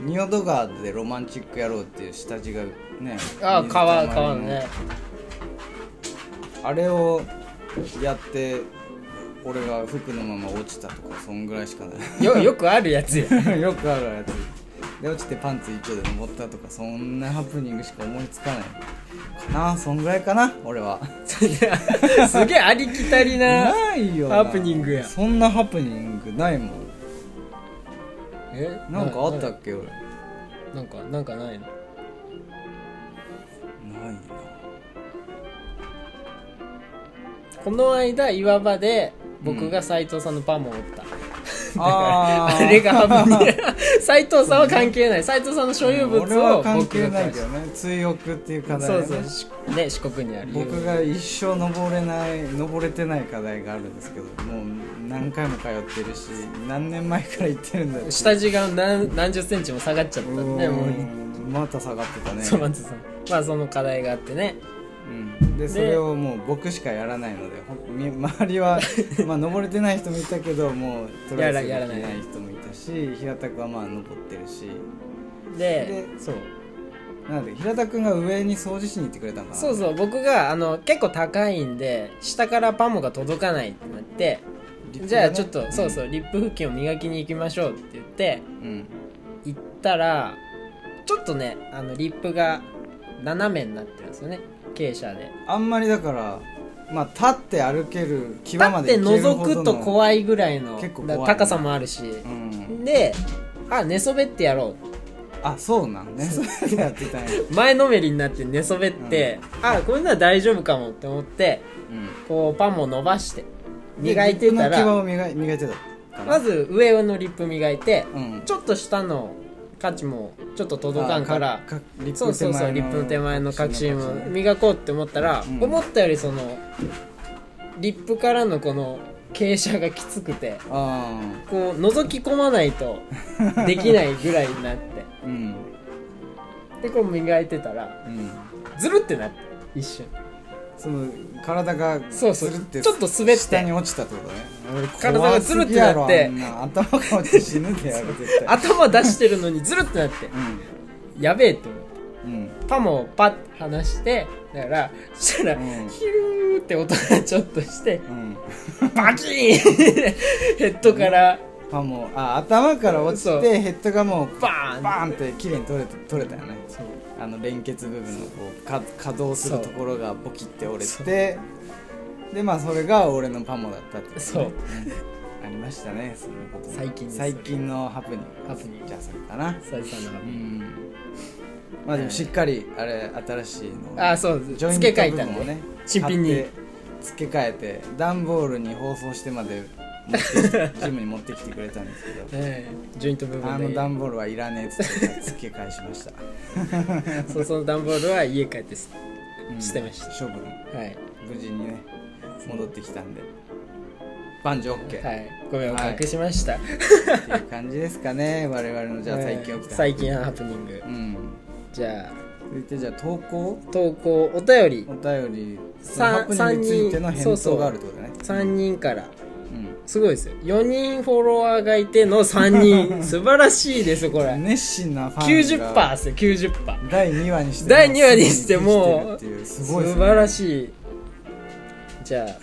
[SPEAKER 1] 仁淀川でロマンチックやろうっていう下地がね
[SPEAKER 2] ああ
[SPEAKER 1] 水溜ま
[SPEAKER 2] 川
[SPEAKER 1] りの
[SPEAKER 2] 川のね
[SPEAKER 1] あれをやって俺が服のまま落ちたとかそんぐらいしかな
[SPEAKER 2] よ <laughs> よくあるやつよ
[SPEAKER 1] い <laughs> よくあるやつで落ちてパンツ一丁で登ったとかそんなハプニングしか思いつかないかなそんぐらいかな俺は
[SPEAKER 2] そんなすげえありきたりな
[SPEAKER 1] ないよな
[SPEAKER 2] ハプニングや
[SPEAKER 1] そんなハプニングないもん
[SPEAKER 2] え
[SPEAKER 1] なんかあったっけ俺ない
[SPEAKER 2] なんかなんかないの
[SPEAKER 1] な
[SPEAKER 2] この間岩場で僕が斎藤さんのパンも折った、
[SPEAKER 1] あ
[SPEAKER 2] <laughs> あ
[SPEAKER 1] ー
[SPEAKER 2] れがハプニング <laughs> 斎藤さんは関係ない斎藤さんの所有物を
[SPEAKER 1] 俺は
[SPEAKER 2] 僕が
[SPEAKER 1] 関係ないけどね追憶っていう課題、
[SPEAKER 2] そう
[SPEAKER 1] ね、
[SPEAKER 2] そうしね四国にある
[SPEAKER 1] 僕が一生登れない登れてない課題があるんですけどもう何回も通ってるし何年前から行ってるんだよ
[SPEAKER 2] 下地が何何十センチも下がっちゃった
[SPEAKER 1] うんん
[SPEAKER 2] でもう
[SPEAKER 1] また下がってたね
[SPEAKER 2] そう松さんまあその課題があってね
[SPEAKER 1] うん、でそれをもう僕しかやらないのでほんみ周り
[SPEAKER 2] <laughs>
[SPEAKER 1] はまあ登れてない人もいたけどもうトライする気
[SPEAKER 2] やらやらない
[SPEAKER 1] ない人もいたし平田君はまあ登ってるし
[SPEAKER 2] でそう
[SPEAKER 1] なので平田君が上に掃除しに行ってくれたのかな
[SPEAKER 2] そうそう僕があの結構高いんで下からパモが届かないってなって
[SPEAKER 1] リプがね
[SPEAKER 2] じゃあちょっとそうそうリップ付近を磨きに行きましょうって言って
[SPEAKER 1] うん
[SPEAKER 2] 行ったらちょっとねあのリップが斜めになってるんですよね傾斜で
[SPEAKER 1] あんまりだからまあ立って歩ける際
[SPEAKER 2] 立
[SPEAKER 1] ま
[SPEAKER 2] っ
[SPEAKER 1] で
[SPEAKER 2] て
[SPEAKER 1] 行けるほど
[SPEAKER 2] 覗く
[SPEAKER 1] の
[SPEAKER 2] と怖いぐらいの
[SPEAKER 1] 結構
[SPEAKER 2] だ
[SPEAKER 1] 怖い
[SPEAKER 2] 高さもあるし、
[SPEAKER 1] うん、
[SPEAKER 2] であ寝そべってやろ
[SPEAKER 1] あそうなんねそう <laughs> やってやってたんや、
[SPEAKER 2] う前のめりになって寝そべって、あこれなら大丈夫かもって思って
[SPEAKER 1] うん、
[SPEAKER 2] こうパンも伸ばして磨いてた
[SPEAKER 1] リップの際
[SPEAKER 2] ら
[SPEAKER 1] を磨い磨いてたかな
[SPEAKER 2] まず上のリップ磨いて、
[SPEAKER 1] うん
[SPEAKER 2] ちょっと下の価値もちょっと届かんから
[SPEAKER 1] あリップ手前の
[SPEAKER 2] そうそうそうリップの手前の確信を磨こうって思ったら、
[SPEAKER 1] うん
[SPEAKER 2] 思ったよりそのリップからのこの傾斜がきつくて
[SPEAKER 1] あ
[SPEAKER 2] こう覗き込まない <laughs> とできないぐらいになって
[SPEAKER 1] あうん
[SPEAKER 2] でこう磨いてたら
[SPEAKER 1] うん
[SPEAKER 2] ズルってなって一瞬
[SPEAKER 1] その体が
[SPEAKER 2] そうそう
[SPEAKER 1] つるって
[SPEAKER 2] ちょっと滑って
[SPEAKER 1] 下に落ちたってことね俺
[SPEAKER 2] 体がつるってなっ
[SPEAKER 1] 怖すぎやろあ
[SPEAKER 2] て
[SPEAKER 1] んな頭が落ちて死ぬでやる絶対
[SPEAKER 2] 頭出してるのにズルってなってやべえって思って
[SPEAKER 1] うんうん
[SPEAKER 2] パモをパッて離してだからそしたら、
[SPEAKER 1] うん
[SPEAKER 2] ヒューって音がちょっとして
[SPEAKER 1] うん
[SPEAKER 2] バキーンヘッドから
[SPEAKER 1] あもうあ頭から落ち
[SPEAKER 2] そう
[SPEAKER 1] てヘッドがもう
[SPEAKER 2] バーン
[SPEAKER 1] バーンって綺麗に取れた取れたよね
[SPEAKER 2] そう
[SPEAKER 1] あの連結部分のこうか稼働する
[SPEAKER 2] そう
[SPEAKER 1] ところがボキって折れ
[SPEAKER 2] そ
[SPEAKER 1] てでまあそれが俺のパモだったってことね
[SPEAKER 2] そうん
[SPEAKER 1] ありましたねそんなこと
[SPEAKER 2] 最近です
[SPEAKER 1] 最近のハプニング
[SPEAKER 2] ハプニング
[SPEAKER 1] じゃあそれかな
[SPEAKER 2] サイさんのハプ
[SPEAKER 1] う
[SPEAKER 2] ニング
[SPEAKER 1] んまあでもしっかりあれ新しいの
[SPEAKER 2] あそうです
[SPEAKER 1] ジョイント
[SPEAKER 2] 付け替えたん
[SPEAKER 1] 部分を
[SPEAKER 2] で
[SPEAKER 1] ね
[SPEAKER 2] 新品に
[SPEAKER 1] 買って付け替えて段ボールに包装してまで持ってきジムに持ってきてくれたんですけ
[SPEAKER 2] <laughs>
[SPEAKER 1] ど
[SPEAKER 2] ええジョイント部
[SPEAKER 1] あの
[SPEAKER 2] 分で
[SPEAKER 1] 段ボールはいらねえっつって付け替えしました、
[SPEAKER 2] そうその段ボールは家帰ってす捨てました
[SPEAKER 1] 処分
[SPEAKER 2] はい
[SPEAKER 1] 無事にね戻ってきたんで万事 OK、
[SPEAKER 2] はいご迷惑
[SPEAKER 1] はい
[SPEAKER 2] おかけしました、
[SPEAKER 1] っていう感じですかね我々のじゃあ最近起きた、
[SPEAKER 2] 最近のハプニング
[SPEAKER 1] うん
[SPEAKER 2] じゃあ
[SPEAKER 1] 続いてじゃあ投稿
[SPEAKER 2] 投稿お便り
[SPEAKER 1] お便り
[SPEAKER 2] さん
[SPEAKER 1] ハプニングについての
[SPEAKER 2] そ
[SPEAKER 1] 返
[SPEAKER 2] うそう
[SPEAKER 1] 答があるってことだね
[SPEAKER 2] 3人か
[SPEAKER 1] う
[SPEAKER 2] ら
[SPEAKER 1] ん
[SPEAKER 2] すごいですよ4人フォロワーがいての3
[SPEAKER 1] <laughs>
[SPEAKER 2] 人素晴らしいですよこれ
[SPEAKER 1] 熱心なファン
[SPEAKER 2] 90%
[SPEAKER 1] が
[SPEAKER 2] ですよ90%
[SPEAKER 1] 第2話にして
[SPEAKER 2] 第2話にしても
[SPEAKER 1] す
[SPEAKER 2] 素
[SPEAKER 1] ごいですね
[SPEAKER 2] 晴らしいじゃあ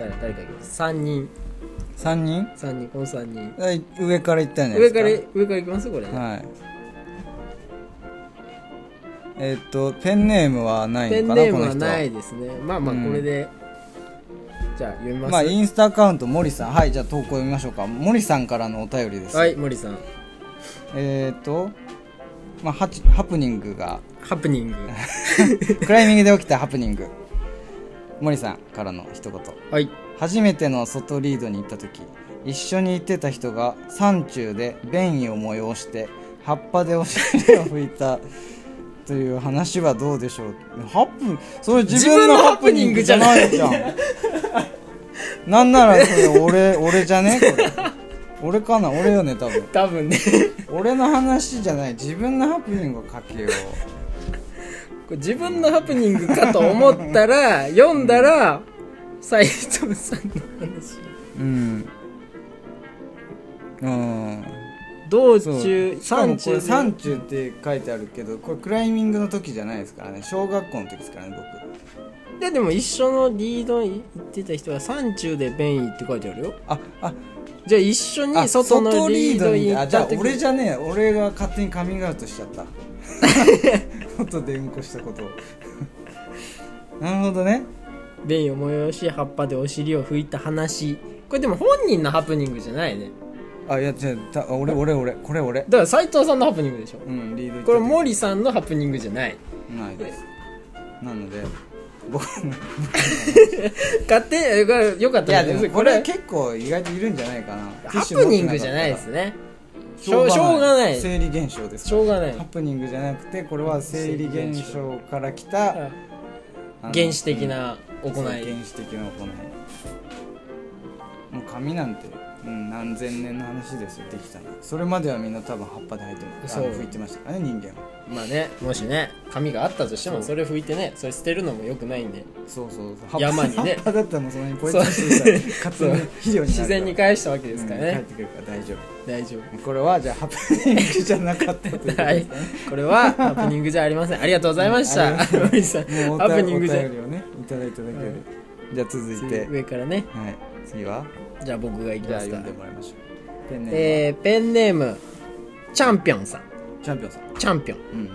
[SPEAKER 2] 誰誰かいきます3人
[SPEAKER 1] 3人
[SPEAKER 2] 三人この3人
[SPEAKER 1] はい上からいったんじゃない
[SPEAKER 2] 上
[SPEAKER 1] で
[SPEAKER 2] から
[SPEAKER 1] す
[SPEAKER 2] 上からいきますこれ、
[SPEAKER 1] かはいえっとペンネームはない
[SPEAKER 2] ペン
[SPEAKER 1] のかな
[SPEAKER 2] ネー
[SPEAKER 1] こ
[SPEAKER 2] ム
[SPEAKER 1] の
[SPEAKER 2] は
[SPEAKER 1] 人
[SPEAKER 2] ないですねまあまあ
[SPEAKER 1] うん
[SPEAKER 2] これで、じゃあ読みます、
[SPEAKER 1] まあインスタアカウント森さんはいじゃあ投稿読みましょうか森さんからのお便りです、
[SPEAKER 2] はい森さん
[SPEAKER 1] えっ、とまあハチハプニングが
[SPEAKER 2] ハプニ
[SPEAKER 1] <laughs>
[SPEAKER 2] ング
[SPEAKER 1] クライミングで起きたハプニング森さんからの一言
[SPEAKER 2] はい
[SPEAKER 1] 初めての外リードに行った時一緒に行ってた人が山中で便意を催して葉っぱでお尻を拭いたという話はどうでしょうハプそれ自分の
[SPEAKER 2] 自分の
[SPEAKER 1] ハプニングじゃないじゃんなんならこれ俺俺じゃねこれ俺かな俺よね多分
[SPEAKER 2] 多分ね <laughs>
[SPEAKER 1] 俺の話じゃない自分のハプニングを書けよう
[SPEAKER 2] これ自分のハプニングかと思ったら読んだら斎藤さんの話
[SPEAKER 1] うんうん
[SPEAKER 2] 道
[SPEAKER 1] そう
[SPEAKER 2] 中
[SPEAKER 1] しかも
[SPEAKER 2] 山
[SPEAKER 1] これ
[SPEAKER 2] 中
[SPEAKER 1] 山中って書いてあるけどこれクライミングの時じゃないですからね小学校の時ですからね僕
[SPEAKER 2] ででも一緒のリードに行ってた人は山中で便意って書いてあるよ
[SPEAKER 1] ああ
[SPEAKER 2] じゃあ一緒
[SPEAKER 1] あ
[SPEAKER 2] に外のリードに行
[SPEAKER 1] あ
[SPEAKER 2] っ
[SPEAKER 1] じゃ
[SPEAKER 2] た
[SPEAKER 1] あ
[SPEAKER 2] 時
[SPEAKER 1] 俺じゃねえ俺が勝手にカミングアウトしちゃった
[SPEAKER 2] <laughs>
[SPEAKER 1] 外でうんこしたことをなるほどね
[SPEAKER 2] 便意を催し葉っぱでお尻を拭いた話これでも本人のハプニングじゃないね
[SPEAKER 1] あいや違うた俺俺俺これ俺
[SPEAKER 2] だから斎藤さんのハプニングでしょ
[SPEAKER 1] うんリード行った
[SPEAKER 2] これ
[SPEAKER 1] 時
[SPEAKER 2] 森さんのハプニングじゃない
[SPEAKER 1] ないですなので僕の
[SPEAKER 2] 勝手がよかっ
[SPEAKER 1] い
[SPEAKER 2] た
[SPEAKER 1] や
[SPEAKER 2] ら
[SPEAKER 1] でもこ
[SPEAKER 2] こ
[SPEAKER 1] れ
[SPEAKER 2] れ
[SPEAKER 1] 結構意外といるんじゃないかな
[SPEAKER 2] ハプニングじゃないですねしょうしょうがないし
[SPEAKER 1] 生理現象ですから
[SPEAKER 2] ょうがない
[SPEAKER 1] ハプニングじゃなくてこれは生理現象から来たあの
[SPEAKER 2] 原始的な行
[SPEAKER 1] そう原
[SPEAKER 2] い、
[SPEAKER 1] 始的な行いもう髪なんて、うん、何千年の話ですよできたのそれまではみんな多分葉っぱで生えてるあ
[SPEAKER 2] そう
[SPEAKER 1] の拭いてましたからね人間は
[SPEAKER 2] まあねもしね髪があったとして
[SPEAKER 1] そ
[SPEAKER 2] も
[SPEAKER 1] う
[SPEAKER 2] それ拭いてねそれ捨てるのもよくないんで
[SPEAKER 1] そうそうそう
[SPEAKER 2] 山にね
[SPEAKER 1] 葉っぱだったらもうその辺ポイントしてたら勝手に肥料になるから
[SPEAKER 2] 自然に返したわけですから
[SPEAKER 1] うん
[SPEAKER 2] ね
[SPEAKER 1] 帰、ってくるから大丈
[SPEAKER 2] 大丈夫
[SPEAKER 1] 夫これはじゃあハプニングじゃなかったということ
[SPEAKER 2] はい
[SPEAKER 1] ですね、、
[SPEAKER 2] これはハプニングじゃありません。ありがとうございました。
[SPEAKER 1] うんありがとうございます
[SPEAKER 2] 森さん
[SPEAKER 1] もうお
[SPEAKER 2] ハプ
[SPEAKER 1] 便
[SPEAKER 2] ニ
[SPEAKER 1] り
[SPEAKER 2] ン
[SPEAKER 1] お
[SPEAKER 2] グじゃ
[SPEAKER 1] 便りをねいただいただけで、
[SPEAKER 2] うん
[SPEAKER 1] じゃあ続いて
[SPEAKER 2] 上からね。
[SPEAKER 1] はい次は
[SPEAKER 2] じゃあ僕がいき
[SPEAKER 1] じゃ
[SPEAKER 2] ま
[SPEAKER 1] あ
[SPEAKER 2] す
[SPEAKER 1] 読
[SPEAKER 2] か
[SPEAKER 1] んで。もらいましょうペンネームは
[SPEAKER 2] えー、ペンネーム、チャンピオンさん。
[SPEAKER 1] チャンピオンさん。
[SPEAKER 2] チャンピオン。
[SPEAKER 1] うん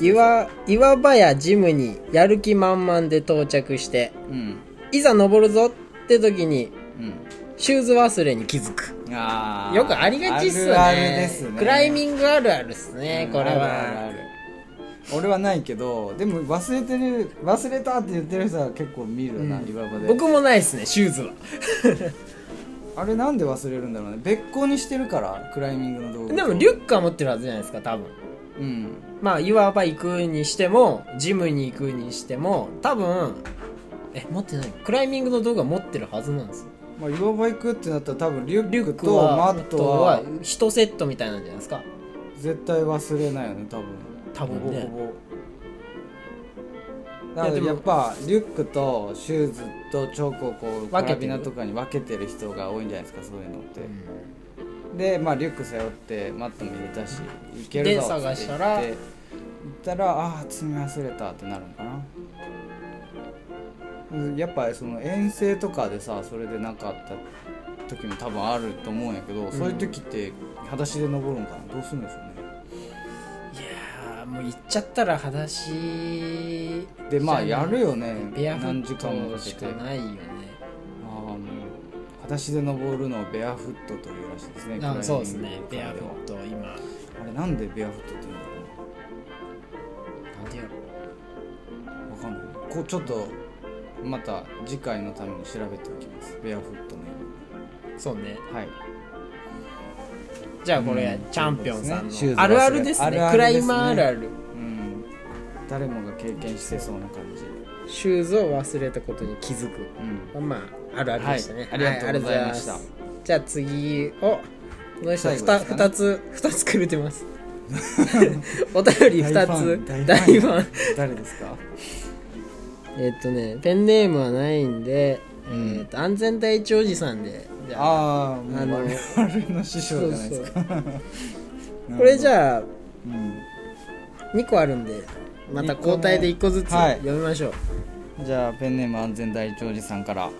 [SPEAKER 1] うん。
[SPEAKER 2] 岩、岩場やジムにやる気満々で到着して、
[SPEAKER 1] うん。
[SPEAKER 2] いざ登るぞって時に、シューズ忘れに気づく。
[SPEAKER 1] うん。あー
[SPEAKER 2] よくありがちっすね。
[SPEAKER 1] あるあるですね。
[SPEAKER 2] クライミ
[SPEAKER 1] ン
[SPEAKER 2] ングあるあるっすね、これ
[SPEAKER 1] あるあるあ
[SPEAKER 2] は。
[SPEAKER 1] る俺はないけど、でも忘れてる、忘れたって言ってる人は結構見るな、岩場で。
[SPEAKER 2] 僕もないっすね、シューズは。
[SPEAKER 1] あれなんで忘れるんだろうね。別行にしてるから、クライミングの道具。
[SPEAKER 2] でもリュックは持ってるはずじゃないですか、多分。
[SPEAKER 1] うん。
[SPEAKER 2] まあ、いわば行くにしても、ジムに行くにしても、多分、え、持ってない。クライミングの道具は持ってるはずなんですよ。
[SPEAKER 1] まあ、岩場行くってなったら多分リュ
[SPEAKER 2] リュ
[SPEAKER 1] ッ
[SPEAKER 2] ッ
[SPEAKER 1] ク
[SPEAKER 2] ク
[SPEAKER 1] とマ
[SPEAKER 2] は、マ
[SPEAKER 1] ッ
[SPEAKER 2] ッ
[SPEAKER 1] ト
[SPEAKER 2] ト
[SPEAKER 1] は
[SPEAKER 2] は、1セットみたいなんじゃないですか。
[SPEAKER 1] 絶対忘れないよね、多分。
[SPEAKER 2] 多分ね
[SPEAKER 1] ほぼほぼだから
[SPEAKER 2] でも
[SPEAKER 1] やっぱリュックとシューズとチョークをこうカ
[SPEAKER 2] 分けてる
[SPEAKER 1] ラビナとかに分けてる人が多いんじゃないですかそういうのって、でまあリュック背負ってマットも入れたしいけるぞ
[SPEAKER 2] で探したら
[SPEAKER 1] って言って行ったらああー積み忘れたってなるのかなうんやっぱりその遠征とかでさそれでなかった時も多分あると思うんやけど、そういう時って裸足で登るんかなどうするんでしょうね
[SPEAKER 2] いやー、もう行っちゃったら裸足。
[SPEAKER 1] でまあやるよね
[SPEAKER 2] ベアフ
[SPEAKER 1] 何時間も
[SPEAKER 2] ッ
[SPEAKER 1] か
[SPEAKER 2] ト
[SPEAKER 1] け
[SPEAKER 2] してか
[SPEAKER 1] あ
[SPEAKER 2] ないよね。
[SPEAKER 1] あもう裸足で登るのをベアフットというらしいですね
[SPEAKER 2] あそうです
[SPEAKER 1] クライミ
[SPEAKER 2] ね
[SPEAKER 1] ング。界
[SPEAKER 2] ベアフ
[SPEAKER 1] では
[SPEAKER 2] ット、今。
[SPEAKER 1] あれなんでベアフットって言うんだろ
[SPEAKER 2] なんでやろ
[SPEAKER 1] うわかんないこうちょっとまた次回のために調べておきますベアフットね
[SPEAKER 2] そうね。
[SPEAKER 1] はい
[SPEAKER 2] じゃあこれ、
[SPEAKER 1] うん
[SPEAKER 2] チャンピオンさん
[SPEAKER 1] シューズ忘れ
[SPEAKER 2] の。あるあるです
[SPEAKER 1] ある
[SPEAKER 2] ね。
[SPEAKER 1] あ
[SPEAKER 2] ク
[SPEAKER 1] るで
[SPEAKER 2] ラ
[SPEAKER 1] すね
[SPEAKER 2] イマーあるある。
[SPEAKER 1] うん誰もが経験してそうな感じ
[SPEAKER 2] シューズを忘れたことに気づく。
[SPEAKER 1] うん
[SPEAKER 2] まあ、あるあるでしたね。
[SPEAKER 1] はいありがとうございました
[SPEAKER 2] はありがとうございますじゃあ次、おこの人
[SPEAKER 1] 最後ですか
[SPEAKER 2] 2,
[SPEAKER 1] ね
[SPEAKER 2] 二つ、二つくれてます。 <laughs> お便り2つ。
[SPEAKER 1] 大ファン
[SPEAKER 2] 大ファン
[SPEAKER 1] 誰ですか
[SPEAKER 2] えっとね、ペンネームはないんで、
[SPEAKER 1] うん
[SPEAKER 2] えっと安全第一おじさんで。じゃあ
[SPEAKER 1] ああも
[SPEAKER 2] あ
[SPEAKER 1] う
[SPEAKER 2] の
[SPEAKER 1] 我々の師匠じゃないですか
[SPEAKER 2] これじ
[SPEAKER 1] あ、
[SPEAKER 2] ゃあ、
[SPEAKER 1] うん
[SPEAKER 2] 2個あるんで、また交代で1個ずつ
[SPEAKER 1] はい
[SPEAKER 2] 読みましょう。
[SPEAKER 1] じゃあペンネーム安全第一おじさんから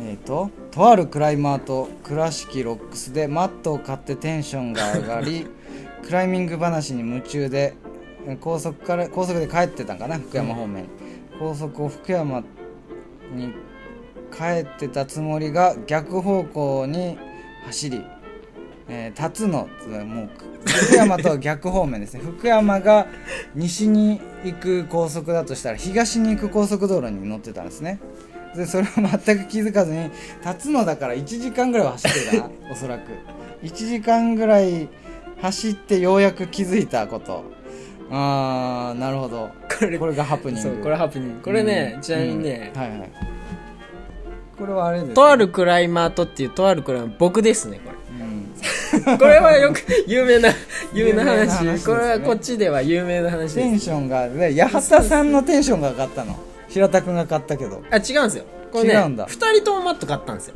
[SPEAKER 1] えっ、ととあるクライマーと倉敷ロックスでマットを買ってテンションが上がり <laughs> クライミング話に夢中でえー高速から高速で帰ってたんかな福山方面に、高速を福山に帰ってたつもりが逆方向に走り、えー、立つのつまりもう福山とは逆方面です
[SPEAKER 2] <laughs>
[SPEAKER 1] ね福山が西に行く高速だとしたら東に行く高速道路に乗ってたんですねでそれを全く気づかずに立つのだから1時間ぐらいは走ってたな
[SPEAKER 2] <laughs>
[SPEAKER 1] おそらく1時間ぐらい走ってようやく気づいたことあーなるほど
[SPEAKER 2] これ
[SPEAKER 1] これがハプニング
[SPEAKER 2] そうこれハプニングこれね、ちなみにね、
[SPEAKER 1] うんはいはいこれはあれですね
[SPEAKER 2] とあるクライマーとっていうとあるクライマー僕ですねこれ
[SPEAKER 1] うん
[SPEAKER 2] これはよく <laughs> 有名な有名な
[SPEAKER 1] 有名な
[SPEAKER 2] 話
[SPEAKER 1] 話です
[SPEAKER 2] こ
[SPEAKER 1] ね
[SPEAKER 2] れはこっちでは有名な話
[SPEAKER 1] テ
[SPEAKER 2] で
[SPEAKER 1] ン
[SPEAKER 2] す
[SPEAKER 1] ションがね八幡さんのテンションが上がったの平田君が買ったけど
[SPEAKER 2] あ違うんですよこれね
[SPEAKER 1] 違うんだ
[SPEAKER 2] 2人ともマット買ったんですよ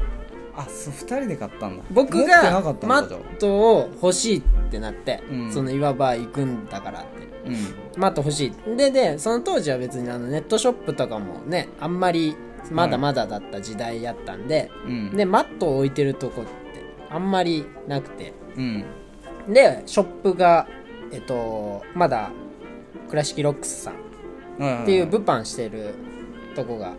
[SPEAKER 1] あそう2人で買ったんだ
[SPEAKER 2] 僕
[SPEAKER 1] 持ってな
[SPEAKER 2] が
[SPEAKER 1] かった
[SPEAKER 2] マ
[SPEAKER 1] のかじゃ
[SPEAKER 2] ットを欲しいってなって、
[SPEAKER 1] うん
[SPEAKER 2] そのいわば行くんだからって
[SPEAKER 1] うん
[SPEAKER 2] マット欲しいででその当時は別にあのネットショップとかもねあんまりまだまだだった時代やったんで、
[SPEAKER 1] うん
[SPEAKER 2] でマットを置いてるとこってあんまりなくて
[SPEAKER 1] うん
[SPEAKER 2] でショップがえっとまだ倉敷ロックスさんっていう物販してるとこが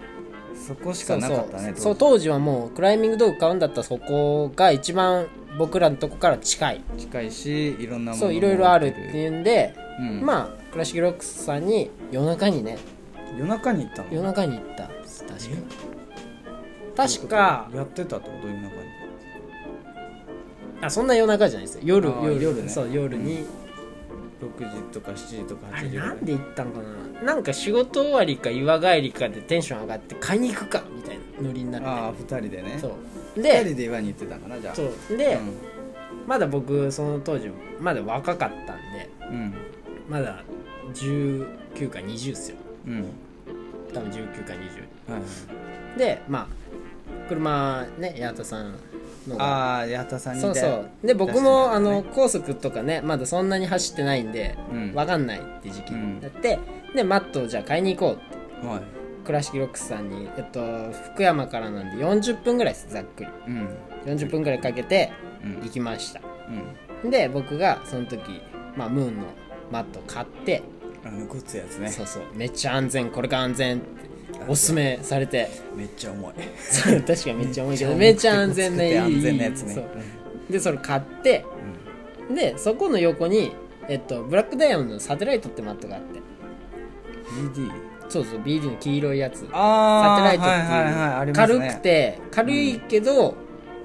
[SPEAKER 1] そこしかなかったね
[SPEAKER 2] そうそうそう当時はもうクライミング道具買うんだったらそこが一番僕らのとこから近い
[SPEAKER 1] 当時近いしいろんなもの
[SPEAKER 2] そういろいろあるっていうんで、
[SPEAKER 1] うん
[SPEAKER 2] まあ倉敷ロックスさんに夜中にね
[SPEAKER 1] 夜中に行ったの
[SPEAKER 2] 夜中に行ったんです確か確か
[SPEAKER 1] やってたってこと夜中に
[SPEAKER 2] あそんな夜中じゃないですよ夜
[SPEAKER 1] あー
[SPEAKER 2] 夜
[SPEAKER 1] 夜ね
[SPEAKER 2] そう夜に、
[SPEAKER 1] 6時とか7時とか
[SPEAKER 2] あ
[SPEAKER 1] 8
[SPEAKER 2] れ
[SPEAKER 1] 時ぐ
[SPEAKER 2] な
[SPEAKER 1] らい
[SPEAKER 2] んで行ったんかななんか仕事終わりか岩帰りかでテンション上がって買いに行くかみたいなノリにな
[SPEAKER 1] ああ
[SPEAKER 2] っ
[SPEAKER 1] 2人で
[SPEAKER 2] て
[SPEAKER 1] ね
[SPEAKER 2] そう
[SPEAKER 1] 2
[SPEAKER 2] で
[SPEAKER 1] 人で岩に行ってたかなじゃあ
[SPEAKER 2] そうで、
[SPEAKER 1] うん
[SPEAKER 2] まだ僕その当時まだ若かったんで
[SPEAKER 1] うん
[SPEAKER 2] まだ19か20っすよ
[SPEAKER 1] うん
[SPEAKER 2] 多分19か20
[SPEAKER 1] はいはい
[SPEAKER 2] でまあ車ね八幡さんのが
[SPEAKER 1] ああ八幡さんに
[SPEAKER 2] そうそうで僕もあの高速とかねまだそんなに走ってないんで、
[SPEAKER 1] うん
[SPEAKER 2] わかんないって時期
[SPEAKER 1] うん
[SPEAKER 2] だって、でマットをじゃあ買いに行こうって
[SPEAKER 1] はい
[SPEAKER 2] 倉敷ロックスさんに、えっと、福山からなんで40分ぐらいですざっくり
[SPEAKER 1] うん
[SPEAKER 2] 40分ぐらいかけて
[SPEAKER 1] うん
[SPEAKER 2] 行きました
[SPEAKER 1] うん
[SPEAKER 2] で僕がその時、まあ、ムーンのマット買って、
[SPEAKER 1] あのごついやつね
[SPEAKER 2] そうそうめっちゃ安全これが安全っておすすめされて
[SPEAKER 1] めっちゃ重い
[SPEAKER 2] そう確かにめっちゃ重いけどめっちゃ安全ないい
[SPEAKER 1] 安全なやつね
[SPEAKER 2] そうでそれ買って
[SPEAKER 1] う
[SPEAKER 2] でそこの横に、えっと、ブラックダイヤモンドのサテライトってマットがあって
[SPEAKER 1] ん BD
[SPEAKER 2] そうそう BD の黄色いやつ
[SPEAKER 1] あ
[SPEAKER 2] サテ
[SPEAKER 1] あ
[SPEAKER 2] ライトっていう、
[SPEAKER 1] あります
[SPEAKER 2] 軽
[SPEAKER 1] ね
[SPEAKER 2] くて軽いけど、